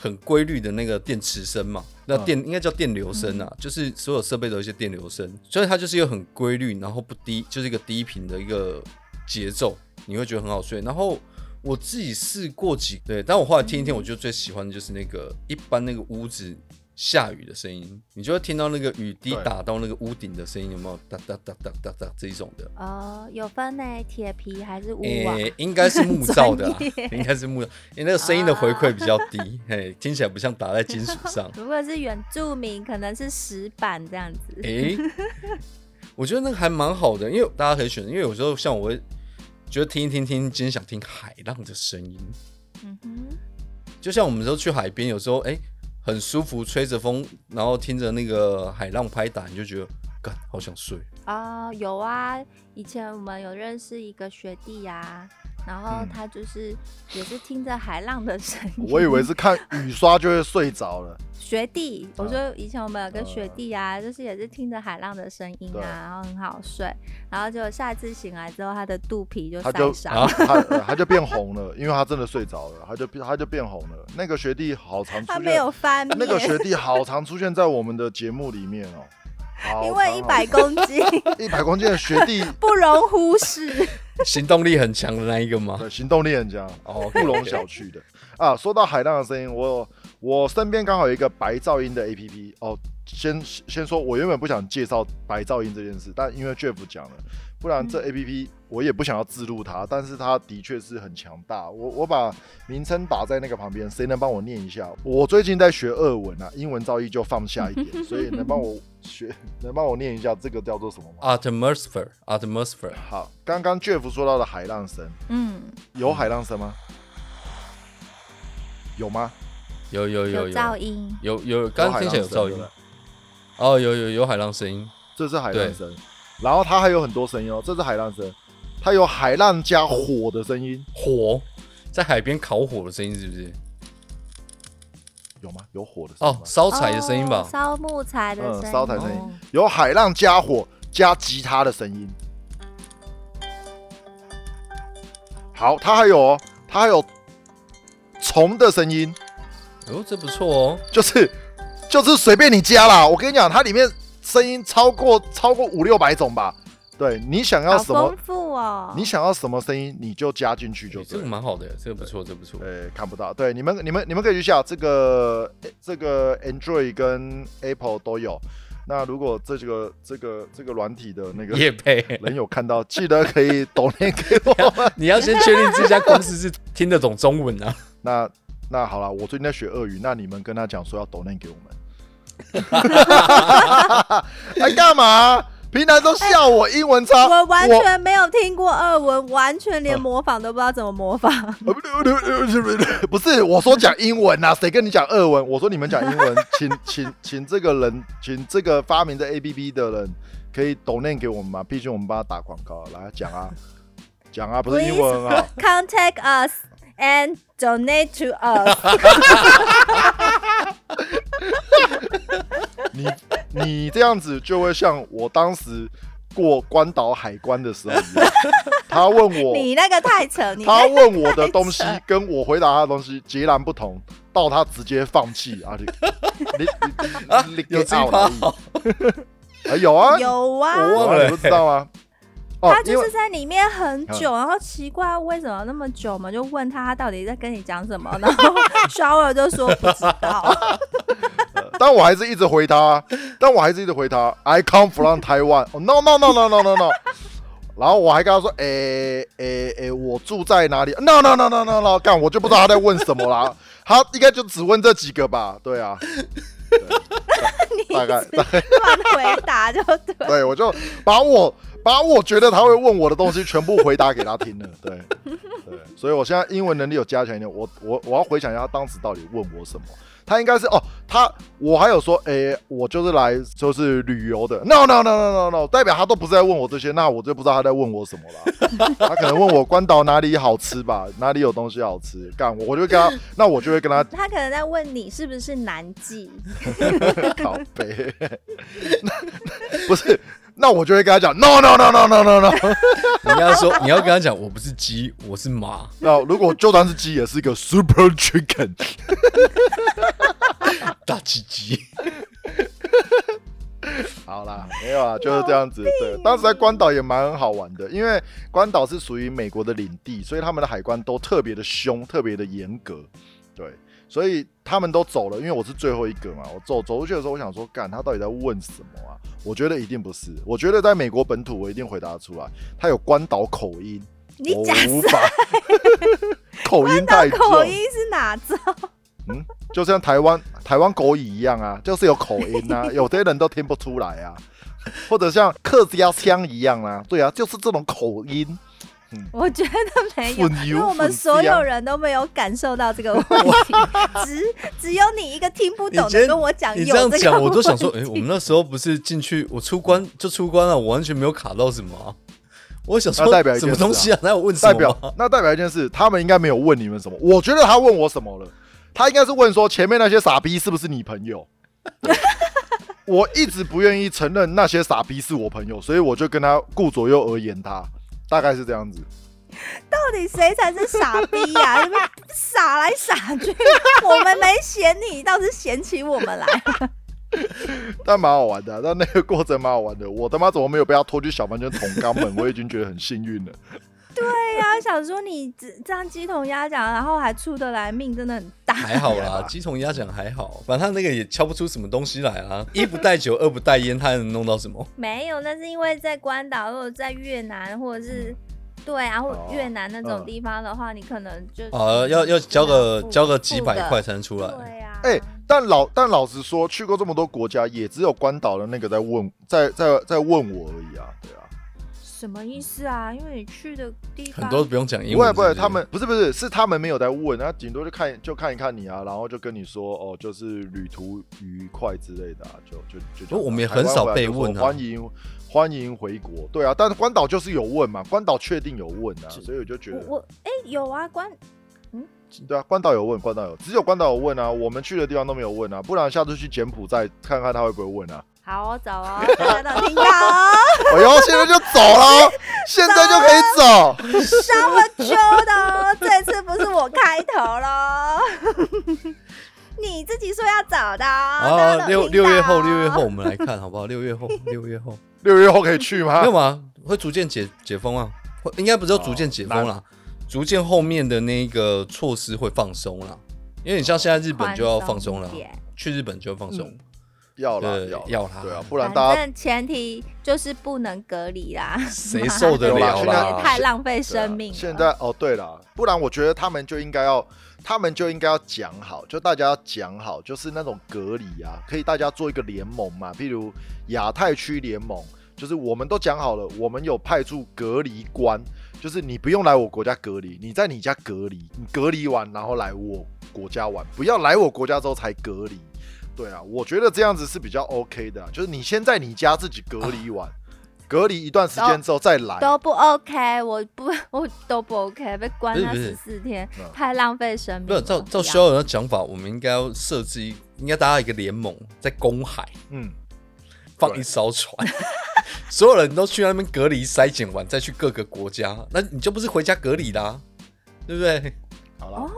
Speaker 1: 很规律的那个电磁声嘛，那电、应该叫电流声啊，就是所有设备都有一些电流声，所以它就是一个很规律，然后不低，就是一个低频的一个节奏，你会觉得很好睡。然后我自己试过几对，但我后来听一听，我觉得最喜欢的就是那个一般那个屋子。下雨的声音，你就会听到那个雨滴
Speaker 2: 对
Speaker 1: 打到那个屋顶的声音，有没有哒哒哒哒哒哒这一种的？
Speaker 3: 哦，有分呢，铁皮还是屋
Speaker 1: 诶、
Speaker 3: 瓦？
Speaker 1: 应该是木造的啦
Speaker 3: 啊
Speaker 1: 啊
Speaker 3: 专业，。
Speaker 1: 应该是木造，因为那个声音的回馈比较低，嘿，听起来不像打在金属上
Speaker 3: 如果是原住民，可能是石板这样子。
Speaker 1: 诶、我觉得那个还蛮好的，因为大家可以选择，因为有时候像我会觉得听一听听，今天想听海浪的声音，
Speaker 3: 嗯哼，
Speaker 1: 就像我们有时候去海边，有时候诶、很舒服，吹着风，然后听着那个海浪拍打，你就觉得，干，好想睡。
Speaker 3: 哦，有啊，以前我们有认识一个学弟呀、然后
Speaker 1: 嗯
Speaker 3: 他就是也是听着海浪的声音。
Speaker 2: 我以为是看雨刷就会睡着了。
Speaker 3: 学弟，我
Speaker 2: 嗯
Speaker 3: 说以前我们有个学弟啊，就是也是听着海浪的声音
Speaker 2: 对
Speaker 3: 啊，然后很好睡，然后结果下次醒来之后，他的肚皮就
Speaker 2: 他就
Speaker 3: 晒伤。
Speaker 1: 啊
Speaker 2: 他呃他就变红了，因为他真的睡着了，他就他就变红了。那个学弟好常出
Speaker 3: 他
Speaker 2: 现，
Speaker 3: 没有翻面，
Speaker 2: 那个学弟好常出现在我们的节目里面哦。好
Speaker 3: 因
Speaker 2: 常
Speaker 3: 为
Speaker 2: 好
Speaker 3: 一百公 斤
Speaker 2: 一百公斤的学弟，
Speaker 3: 不容忽视。
Speaker 1: 行动力很强的那一个吗？
Speaker 2: 对行动力很强，
Speaker 1: 哦，
Speaker 2: 不容小觑的啊。说到海浪的声音，我有我身边刚好有一个白噪音的 A P P 哦，先先说，我原本不想介绍白噪音这件事，但因为 Jeff 讲了，不然这 A P P 我也不想要自录它，但是它的确是很强大。我我把名称打在那个旁边，谁能帮我念一下？我最近在学俄文啊，英文造诣就放下一点，所以能帮我学，能帮我念一下这个叫做什么
Speaker 1: 啊
Speaker 2: 吗？
Speaker 1: Atmosphere Atmosphere，
Speaker 2: 好，刚刚 Jeff 说到的海浪声，
Speaker 3: 嗯，
Speaker 2: 有海浪声吗？有吗？
Speaker 1: 有有有
Speaker 3: 有噪
Speaker 1: 有
Speaker 3: 音，
Speaker 1: 有有，刚刚听起来有噪音
Speaker 2: 有海浪声对不对
Speaker 1: 哦，有有有海浪声音，
Speaker 2: 这是海浪声。然后它还有很多声音哦，这是海浪声，它有海浪加火的声音，
Speaker 1: 火在海边烤火的声音是不是？
Speaker 2: 有吗？有火的声音吗
Speaker 1: 哦，烧柴的声音吧
Speaker 3: 哦，烧木材的声
Speaker 2: 嗯，
Speaker 3: 音，
Speaker 2: 烧柴
Speaker 1: 哦
Speaker 2: 声音，有海浪加火加吉他的声音。好，它还有哦，它还有虫的声音，
Speaker 1: 哦，这不错哦，
Speaker 2: 就是就是随便你加啦。我跟你讲，它里面声音超过超过五六百种吧。对你想要
Speaker 3: 好
Speaker 2: 什么
Speaker 3: 丰，富哦，
Speaker 2: 你想要什么声音，你就加进去就
Speaker 1: 诶
Speaker 2: 对
Speaker 1: 这
Speaker 2: 了
Speaker 1: 个。蛮好的，这个不错，这个不错。
Speaker 2: 呃，看不到。对，你们你们你们可以去下这个诶这个 Android 跟 Apple 都有。那如果这个这个这个软体的那个
Speaker 1: 叶配，
Speaker 2: 人有看到，记得可以抖内给我们。
Speaker 1: 你要先确定这家公司是听得懂中文啊。
Speaker 2: 那那好了，我最近在学俄语，那你们跟他讲说要抖内给我们。 还干嘛？平常都笑我嗯英文差，
Speaker 3: 我完全没有听过二文，完全连模仿都不知道怎么模仿。
Speaker 2: 呃不不是我说讲英文呐、谁跟你讲俄文？我说你们讲英文，请请请这个人，请这个发明这 A P P 的人可以抖念给我们嘛？毕竟我们帮他打广告，来讲啊，讲啊，不是英文啊，
Speaker 3: Contact us and donate to us 。
Speaker 2: 你你这样子就会像我当时过关岛海关的时候一样，他问我，
Speaker 3: 你那个太扯，你
Speaker 2: 他
Speaker 3: 那
Speaker 2: 问我的东西跟我回答他的东西截然不同，到他直接放弃啊！你你
Speaker 1: 啊
Speaker 2: 你你
Speaker 1: 有这
Speaker 2: get
Speaker 1: 一
Speaker 2: out
Speaker 1: 趴
Speaker 2: 而已啊，有啊，
Speaker 3: 有
Speaker 2: 我
Speaker 3: 啊。
Speaker 2: 忘
Speaker 1: 忘了
Speaker 2: 了，你不知道吗？哦
Speaker 3: 他，
Speaker 2: 因
Speaker 3: 就
Speaker 2: 为
Speaker 3: 是在里面很久，然后奇怪为什么那么久嘛，就问他他到底在跟你讲什么，然后 Shower 就说不知 道，
Speaker 2: 但我还是一直回他，但我还是一直回他，I come from Taiwan、哦 no no no no no no no。然后我还跟他说，诶诶诶，我住在哪里？No No No No No No，干我就不知道他在问什么啦。他应该就只问这几个吧？对啊，
Speaker 3: 你
Speaker 2: 大概
Speaker 3: 一直乱回答就对。
Speaker 2: 对我就把我把我觉得他会问我的东西全部回答给他听了。 对对，所以我现在英文能力有加强一点，我我我要回想一下他当时到底问我什么。他应该是哦，他我还有说，诶、我就是来就是旅游的，no no no no no no，代表他都不是在问我这些，那我就不知道他在问我什么了。他可能问我关岛哪里好吃吧，哪里有东西好吃，干我就跟他，那我就会跟他
Speaker 3: 他可能在问你是不是南极，
Speaker 2: 靠背， 那 不是，那我就会跟他讲，no no no no no no no，
Speaker 1: 你要说，你要跟他讲，我不是鸡，我是马。
Speaker 2: 那如果就算是鸡，也是一个 super chicken。
Speaker 1: 大鸡鸡，
Speaker 2: 好啦，没有啊，就是这样子。对，当时在关岛也蛮好玩的，因为关岛是属于美国的领地，所以他们的海关都特别的凶，特别的严格。对，所以他们都走了，因为我是最后一个嘛。我走走出去的时候，我想说，干他到底在问什么啊？我觉得一定不是，我觉得在美国本土我一定回答得出来，他有关岛口音，
Speaker 3: 你
Speaker 2: 我
Speaker 3: 讲
Speaker 2: 无法， 口音太
Speaker 3: 那
Speaker 2: 重。
Speaker 3: 口音是 哪种？
Speaker 2: 嗯，就像台湾台湾狗语一样啊，就是有口音啊， 有些人都听不出来啊，或者像客家腔一样啊，对啊，就是这种口音。
Speaker 3: 我觉得没有，
Speaker 2: 混
Speaker 3: 因
Speaker 2: 油
Speaker 3: 为我们
Speaker 2: 混
Speaker 3: 所有
Speaker 2: 香
Speaker 3: 人都没有感受到这个问 题，只只有你一个听不懂
Speaker 1: 你今天
Speaker 3: 的跟我讲
Speaker 1: 你
Speaker 3: 有
Speaker 1: 这样
Speaker 3: 这个
Speaker 1: 讲，我都想说，哎、
Speaker 3: 问题
Speaker 1: 我们那时候不是进去，我出关就出关了，我完全没有卡到什么啊、我想说，
Speaker 2: 那代表一
Speaker 1: 什
Speaker 2: 件
Speaker 1: 么
Speaker 2: 事啊
Speaker 1: 东西啊？那我问什么、
Speaker 2: 代表那代表一件事，他们应该没有问你们什么，我觉得他问我什么了，他应该是问说前面那些傻逼是不是你朋友。 对我一直不愿意承认那些傻逼是我朋友，所以我就跟他顾左右而言他，大概是这样子。
Speaker 3: 到底谁才是傻逼呀、 你们傻来傻去，我们没嫌你，倒是嫌起我们来。
Speaker 2: 但蛮好玩的啊、但那个过 程蛮好玩的。我他妈怎么没有被他拖去小房间捅肛门？我已经觉得很幸运了。
Speaker 3: 对呀、想说你这这样鸡同鸭讲，然后还出得来命，真的很 大。
Speaker 1: 还好啦，鸡同鸭讲还好，反正他那个也敲不出什么东西来啊。 一不带酒，二不带烟，他还能弄到什么？
Speaker 3: 没有，那是因为在关岛，如果在越南或者是对啊，或越南那种
Speaker 2: 嗯
Speaker 3: 地方的话，你可能就
Speaker 1: 啊，哦要要交个
Speaker 3: 付
Speaker 1: 交个几
Speaker 3: 付
Speaker 1: 百
Speaker 3: 的
Speaker 1: 块才能出来。
Speaker 3: 对呀、啊，
Speaker 2: 哎、但老但老实说，去过这么多国家，也只有关岛的那个在问，在在在问我而已啊，对啊，
Speaker 3: 什么意思啊？因为你去的地方
Speaker 1: 很多不用讲英
Speaker 2: 不会
Speaker 1: 文，
Speaker 2: 不会，
Speaker 1: 是是
Speaker 2: 他们不是不是是他们没有在问，那顶多就看就看一看你啊，然后就跟你说哦，就是旅途愉快之类的啊，就就就这
Speaker 1: 哦
Speaker 2: 样啊。
Speaker 1: 我们也
Speaker 2: 台
Speaker 1: 很
Speaker 2: 湾
Speaker 1: 少
Speaker 2: 回来
Speaker 1: 被
Speaker 2: 就说
Speaker 1: 问啊
Speaker 2: 欢迎欢迎回国，对啊，但是关岛就是有问嘛，关岛确定有问啊，所以我就觉得
Speaker 3: 我我哎、有啊，关
Speaker 2: 对啊，关岛有问，关岛有，只有关岛有问啊，我们去的地方都没有问啊，不然下次去柬埔寨看看他会不会问啊。
Speaker 3: 好哦，走 哦，大家都听到哦，
Speaker 2: 哎呦，现在就走了，现在就可以走。
Speaker 3: 那么久的哦，这次不是我开头喽， 你自己说要走的哦，大家
Speaker 1: 啊，
Speaker 3: 都
Speaker 1: 六
Speaker 3: 听
Speaker 1: 六
Speaker 3: 到
Speaker 1: 月后，六月
Speaker 3: 哦
Speaker 1: 后我们来看好不好？六月 后，六月后，
Speaker 2: 六月后可以去吗
Speaker 1: 没？有嘛？会逐渐解解封啊，会应该不是说逐渐解封
Speaker 2: 哦
Speaker 1: 啦，逐渐后面的那个措施会放松啦，因为你像现在日本就要放松了
Speaker 3: 宽松一点，
Speaker 1: 去日本就要放松
Speaker 2: 嗯，要啦
Speaker 1: 对
Speaker 2: 要啦
Speaker 1: 要啦
Speaker 2: 对啊，不然大
Speaker 3: 反
Speaker 2: 家
Speaker 3: 正前提就是不能隔离啦，
Speaker 1: 谁受得了
Speaker 2: 有啦 现
Speaker 1: 啦
Speaker 2: 在？
Speaker 3: 太浪
Speaker 2: 对
Speaker 3: 费
Speaker 2: 啊
Speaker 3: 生命了。
Speaker 2: 现在哦，对了，不然我觉得他们就应该要，他们就应该要讲好，就大家要讲好，就是那种隔离啊，可以大家做一个联盟嘛，譬如亚太区联盟，就是我们都讲好了，我们有派驻隔离官，就是你不用来我国家隔离，你在你家隔离，你隔离完然后来我国家玩，不要来我国家之后才隔离。对啊，我觉得这样子是比较 OK 的啊，就是你先在你家自己隔离完，隔离一段时间之后再来。
Speaker 3: 啊都不 OK，我不 我都不 OK，被关了
Speaker 1: 不是
Speaker 3: 十
Speaker 1: 不
Speaker 3: 四天
Speaker 2: 嗯，
Speaker 3: 太浪费生
Speaker 1: 不
Speaker 3: 命
Speaker 1: 是，
Speaker 3: 了。
Speaker 1: 照照
Speaker 3: 不要
Speaker 1: 肖友的讲法，我们应该要设置一，应该搭一个联盟，在公海
Speaker 2: 嗯，
Speaker 1: 放一艘船， 所有人都去那边隔离筛检完，再去各个国家，那你就不是回家隔离啦，对不对？
Speaker 2: 好
Speaker 3: 哦
Speaker 2: 了。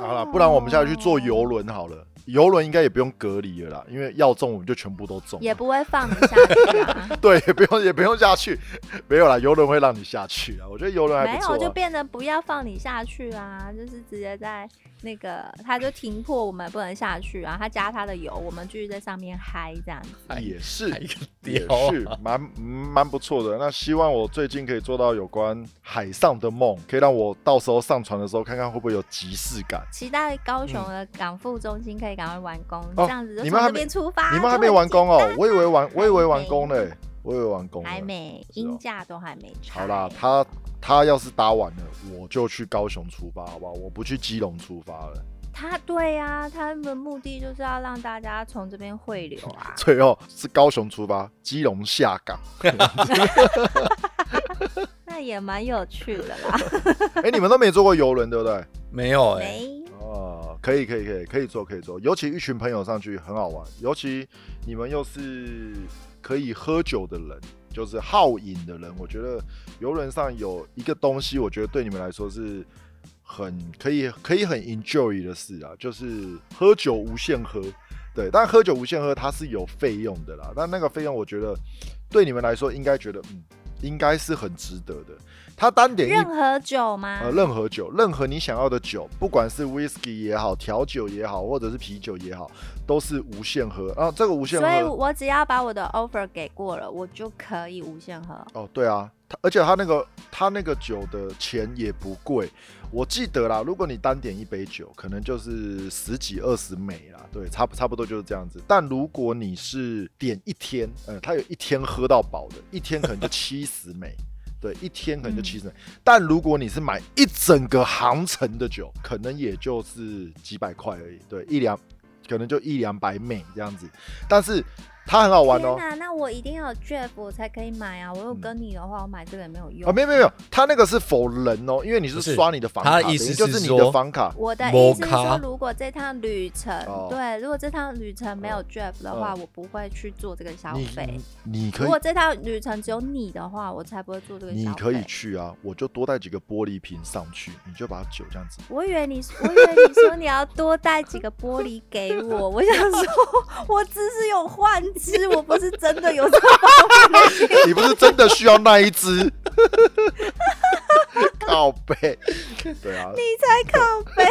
Speaker 2: 好了，不然我们下去坐游轮好了。游轮应该也不用隔离了啦，因为要中我们就全部都中。
Speaker 3: 也不会放你下去啊。
Speaker 2: 对，也不用也不用下去，没有啦，游轮会让你下去啊。我觉得游轮还
Speaker 3: 没
Speaker 2: 不错、
Speaker 3: 有，
Speaker 2: 啊。
Speaker 3: 就变成不要放你下去啦，就是直接在那个，他就停泊我们不能下去啊，他加他的油，我们继续在上面嗨这样子。
Speaker 2: 也是
Speaker 1: 还一个
Speaker 2: 也
Speaker 1: 屌啊
Speaker 2: 是蛮蛮不错的。那希望我最近可以做到有关海上的梦，可以让我到时候上船的时候看看会不会有即视感。
Speaker 3: 期待高雄的港复中心可以赶快完工，
Speaker 2: 嗯哦
Speaker 3: 这样子就
Speaker 2: 你
Speaker 3: 从
Speaker 2: 们还
Speaker 3: 这
Speaker 2: 没
Speaker 3: 边出发。
Speaker 2: 你们还
Speaker 3: 就
Speaker 2: 没
Speaker 3: 会
Speaker 2: 完工哦
Speaker 3: 进，
Speaker 2: 我以为完我以为完工嘞、
Speaker 3: 还没
Speaker 2: 我以为完工了。
Speaker 3: 还没，
Speaker 2: 是哦
Speaker 3: 音架都还没拆。
Speaker 2: 好啦，他他要是打完了，我就去高雄出发，好不好？我不去基隆出发了。。
Speaker 3: 他对呀、他们的目的就是要让大家从这边汇流 啊
Speaker 2: 最后是高雄出发，基隆下港。
Speaker 3: 那也蛮有趣的啦。
Speaker 2: 哎、你们都没坐过游轮，对不对？
Speaker 1: 没有哎、
Speaker 3: 没，
Speaker 2: 哦，可以，可以，可以，可以坐，可以坐。尤其一群朋友上去很好玩，尤其你们又是可以喝酒的人，就是好饮的人，我觉得游轮上有一个东西，我觉得对你们来说是。很可以，可以很 enjoy 的事啊，就是喝酒无限喝，对，但喝酒无限喝它是有费用的啦，但那个费用我觉得对你们来说应该觉得嗯，应该是很值得的。它单点一
Speaker 3: 任何酒吗？
Speaker 2: 呃，任何酒，任何你想要的酒，不管是 whisky 也好，调酒也好，或者是啤酒也好，都是无限喝。啊，这个无限
Speaker 3: 所以
Speaker 2: 喝，
Speaker 3: 我只要把我的 offer 给过了，我就可以无限喝。
Speaker 2: 哦，对啊，它而且它那个它那个酒的钱也不贵，我记得啦，如果你单点一杯酒，可能就是十几二十美啦，对，差不差不多就是这样子。但如果你是点一天，呃，它有一天喝到饱的，一天可能就七十美。对，一天可能就
Speaker 3: 嗯
Speaker 2: 七十美，但如果你是买一整个航程的酒，可能也就是几百块而已，对，一两，可能就一两百美这样子。但是它很好玩哦
Speaker 3: 天，哪，那我一定要有 Jeff 我才可以买啊！我有
Speaker 2: 嗯
Speaker 3: 跟你的话，我买这个也没有用。
Speaker 2: 啊，没有没有没有，他那个是否人哦，因为你是
Speaker 1: 不是
Speaker 2: 刷你的房卡，
Speaker 1: 他的意
Speaker 2: 等于
Speaker 1: 思
Speaker 2: 就是是你
Speaker 1: 说
Speaker 2: 的房卡。
Speaker 3: 我的意思是说，
Speaker 1: 摩卡
Speaker 3: 如果这趟旅程、
Speaker 2: 哦
Speaker 3: 对，如果这趟旅程没有 Jeff 的话，
Speaker 2: 嗯
Speaker 3: 我不会去做这个消
Speaker 2: 你
Speaker 3: 费。
Speaker 2: 你可
Speaker 3: 如
Speaker 2: 以
Speaker 3: 果这趟旅程只有你的话，我才不会做这个消费。
Speaker 2: 你可以去啊，我就多带几个玻璃瓶上去，你就把酒这样子。
Speaker 3: 我以为你，我以为你说你要多带几个玻璃给我，我想说，我只是有幻肢，我不是真的有这个。
Speaker 2: 你不是真的需要那一只？ 靠背，对啊，
Speaker 3: 才靠背。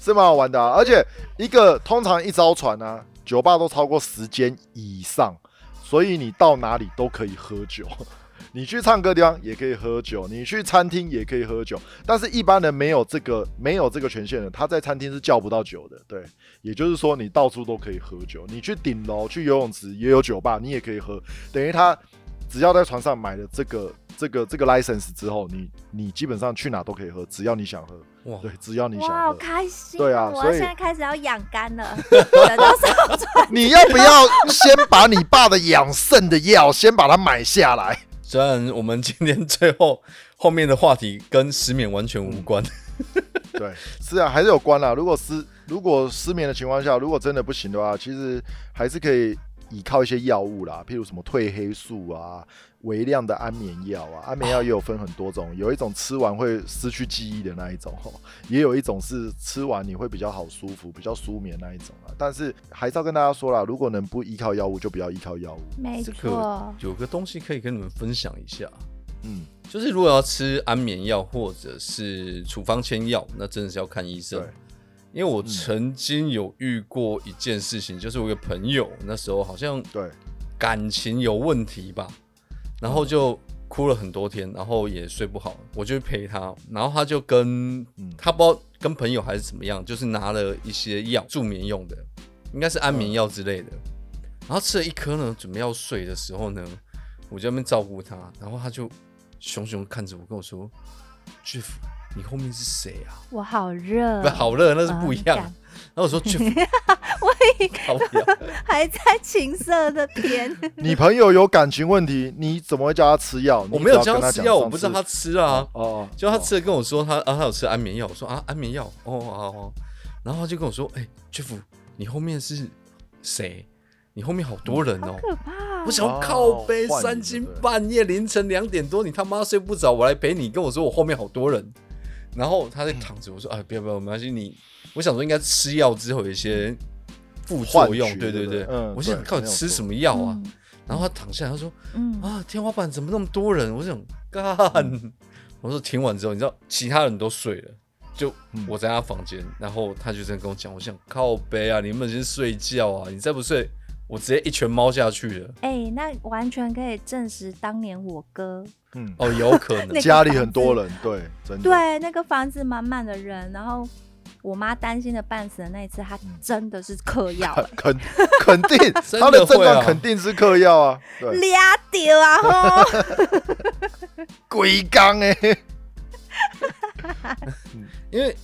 Speaker 2: 是蛮好玩的啊。而且一个通常一艘船啊，酒吧都超过十间以上，所以你到哪里都可以喝酒。你去唱歌地方也可以喝酒，你去餐厅也可以喝酒，但是一般人没有这个没有这个权限的，他在餐厅是叫不到酒的。对，也就是说你到处都可以喝酒，你去顶楼去游泳池也有酒吧，你也可以喝。等于他只要在船上买了这个这个这个 license 之后，你你基本上去哪都可以喝，只要你想喝。
Speaker 1: 哇，
Speaker 2: 对，只 要你想喝。
Speaker 3: 哇，好开心、哦！
Speaker 2: 对啊
Speaker 3: 我
Speaker 2: 所以
Speaker 3: 要现在开始要养肝 了，等到上船。
Speaker 2: 你要不要先把你爸的养肾的药先把它买下来？
Speaker 1: 虽然我们今天最后后面的话题跟失眠完全无关，
Speaker 3: 嗯
Speaker 2: 对，是啊，还是有关啦。如果失如果失眠的情况下，如果真的不行的话，其实还是可以依靠一些药物啦，譬如什么褪黑素啊、微量的安眠药啊。安眠药也有分很多种，有一种吃完会失去记忆的那一种， 吼也有一种是吃完你会比较好舒服、比较舒眠那一种啊。但是还是要跟大家说啦，如果能不依靠药物，就不要依靠药物。
Speaker 3: 没
Speaker 1: 这
Speaker 3: 错
Speaker 1: 个，有个东西可以跟你们分享一下，
Speaker 2: 嗯，
Speaker 1: 就是如果要吃安眠药或者是处方签药，那真的是要看医生
Speaker 2: 对。
Speaker 1: 因为
Speaker 2: 嗯
Speaker 1: 我曾经有遇过一件事情，就是我有个朋友那时候好像
Speaker 2: 对，
Speaker 1: 感情有问题吧，然后
Speaker 2: 哦
Speaker 1: 就哭了很多天，然后也睡不好，我就去陪他，然后他就跟
Speaker 2: 嗯
Speaker 1: 他不知道跟朋友还是怎么样，就是拿了一些药助眠用的，应该是安眠药之类的，
Speaker 2: 嗯
Speaker 1: 然后吃了一颗呢，准备要睡的时候呢，我就在那边照顾他，然后他就熊熊看着我跟我说：“Jeff，你后面是谁啊？”
Speaker 3: 我好热
Speaker 1: 不，好热，那是
Speaker 3: 嗯
Speaker 1: 不一样。
Speaker 3: 干
Speaker 1: 然后我说 Jeff，
Speaker 3: 我以
Speaker 1: 好不要。
Speaker 3: 还在情色的 篇。
Speaker 2: 你朋友有感情问题，你怎么会叫他吃药？
Speaker 1: 我没有
Speaker 2: 你只
Speaker 1: 教
Speaker 2: 要跟
Speaker 1: 他
Speaker 2: 他
Speaker 1: 吃
Speaker 2: 讲
Speaker 1: 药，我
Speaker 2: 上
Speaker 1: 不知道他
Speaker 2: 次
Speaker 1: 吃了啊。
Speaker 2: 哦，
Speaker 1: 就他
Speaker 2: 哦
Speaker 1: 吃了跟我说他啊他有吃安眠药，我说啊安眠药哦哦哦，然后他就跟我说，哎、j e f f 你后面是谁？你后面好多人
Speaker 3: 好
Speaker 1: 哦。
Speaker 3: 可怕哦、
Speaker 1: 我想要
Speaker 2: 哦
Speaker 1: 靠背
Speaker 2: 换你
Speaker 1: 三
Speaker 2: 就
Speaker 1: 更
Speaker 2: 对了
Speaker 1: 半夜凌晨两点多，你他妈睡不着，我来陪你。跟我说我后面好多人，然后他
Speaker 2: 嗯
Speaker 1: 在躺着，我说啊不要不要，没关系，你我想说应该吃药之后有一些副作用
Speaker 2: 幻，觉
Speaker 1: 对对
Speaker 2: 对
Speaker 1: 对，
Speaker 2: 嗯
Speaker 1: 我想
Speaker 2: 对
Speaker 1: 靠
Speaker 2: 没
Speaker 1: 你
Speaker 2: 有
Speaker 1: 吃
Speaker 2: 错
Speaker 1: 什么药啊？
Speaker 3: 嗯
Speaker 1: 然后他躺下来，他说
Speaker 3: 嗯，
Speaker 1: 啊，天花板怎么那么多人？我想干，
Speaker 2: 嗯
Speaker 1: 我说听完之后，你知道其他人都睡了，就
Speaker 2: 嗯
Speaker 1: 我在他房间，然后他就这样跟我讲，我想靠背啊，你们先睡觉啊，你再不睡，我直接一拳猫下去了。
Speaker 3: 哎、那完全可以证实当年我哥
Speaker 2: 嗯，
Speaker 1: 哦，有可能
Speaker 3: 那个
Speaker 2: 家里很多人，对，真的，。
Speaker 3: 对那个房子满满的人，然后我妈担心的半死的那一次，她真的是嗑 药、欸
Speaker 2: 肯肯定
Speaker 1: 真的
Speaker 2: 他的症
Speaker 1: 会啊
Speaker 2: 状肯定是嗑药啊，对，
Speaker 3: 俩丢啊！ 吼，
Speaker 2: 鬼刚哎，
Speaker 1: 因为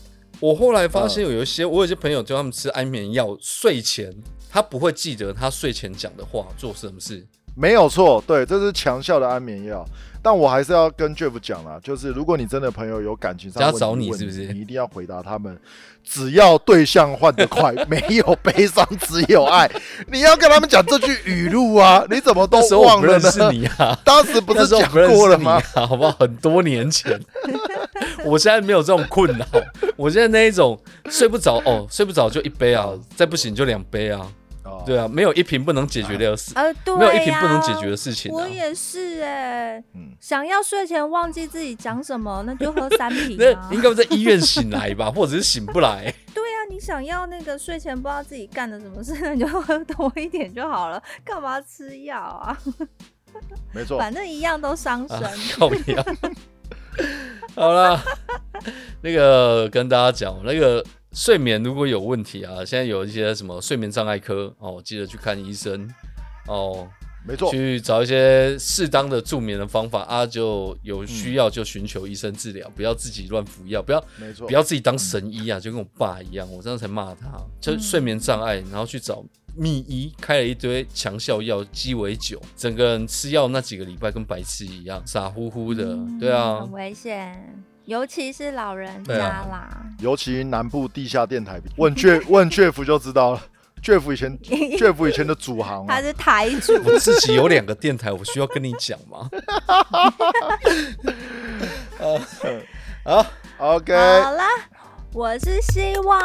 Speaker 1: 我后来发
Speaker 2: 嗯
Speaker 1: 现有一些，我有些朋友叫他们吃安眠药，睡前他不会记得他睡前讲的话，做什么事。
Speaker 2: 没有错，对，这是强效的安眠药。但我还是要跟 Jeff 讲啦，就是如果你真的朋友有感情上
Speaker 1: 要
Speaker 2: 问题
Speaker 1: 找你
Speaker 2: 问
Speaker 1: 是不是
Speaker 2: 你一定要回答他们，只要对象换 得快，没有悲伤，只有爱。你要跟他们讲这句语录啊，你怎么都
Speaker 1: 那时候我
Speaker 2: 忘
Speaker 1: 不
Speaker 2: 了
Speaker 1: 认
Speaker 2: 呢？
Speaker 1: 识你 啊。
Speaker 2: 当时不
Speaker 1: 那
Speaker 2: 是
Speaker 1: 时候
Speaker 2: 讲
Speaker 1: 不认识
Speaker 2: 过了
Speaker 1: 你
Speaker 2: 吗？
Speaker 1: 啊？好不好？很多年前， 我现在没有这种困扰。我现在那一种睡不着哦，睡不着就一杯啊，再不行就两杯啊。
Speaker 2: 哦
Speaker 1: 对啊，没有一瓶不能解决的
Speaker 2: 啊
Speaker 1: 事，
Speaker 3: 呃，对、呀
Speaker 1: 没有一瓶不能解决的事情啊
Speaker 3: 我。也是哎、
Speaker 2: 嗯
Speaker 3: 想要睡前忘记自己讲什么，那就喝三瓶
Speaker 1: 那
Speaker 3: 啊
Speaker 1: 你。应该会在医院醒来吧，或者是醒不来。
Speaker 3: 对啊，你想要那个睡前不知道自己干了什么事， 那你就喝多一点就好了，干嘛吃药啊？
Speaker 2: 没错，
Speaker 3: 反正一样都伤身。
Speaker 1: 啊， 靠你啊！好啦，那个跟大家讲，那个睡眠如果有问题啊，现在有一些什么睡眠障碍科哦，记得去看医生哦，
Speaker 2: 没错，
Speaker 1: 去找一些适当的助眠的方法啊，就有需要就寻求医生治疗，不要自己乱服药，不要
Speaker 2: 没错，
Speaker 1: 不要自己当神医啊，就跟我爸一样，我这样才骂他，就
Speaker 3: 嗯
Speaker 1: 睡眠障碍，然后去找秘医开了一堆强效药鸡尾酒，整个人吃药那几个礼拜跟白痴一样，傻乎乎的，
Speaker 3: 嗯
Speaker 1: 对啊
Speaker 3: 很，危险，尤其是老人家
Speaker 1: 对啊
Speaker 3: 啦。
Speaker 2: 尤其南部地下电台，问雀问雀夫就知道了。 雀夫以前雀夫以前的主行、
Speaker 1: 哦
Speaker 3: 他
Speaker 2: 啊，
Speaker 3: 是台 主，
Speaker 1: 我自己有两个电台，我需要跟你讲吗？
Speaker 2: OK，
Speaker 1: 哎
Speaker 3: 好啦，我是希望，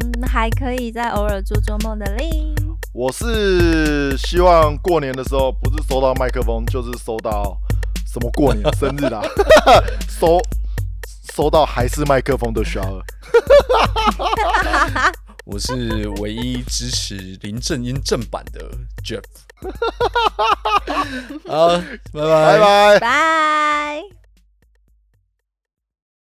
Speaker 3: 嗯，还可以再偶尔做做梦的令。
Speaker 2: 我是希望过年的时候 不是收到麦克风，就是收到什么过年生日啦，收收到还是麦克风的 s h o
Speaker 1: 哎我是唯一支持林正英正版的 Jeff。好，拜拜
Speaker 2: 拜拜。
Speaker 3: 拜。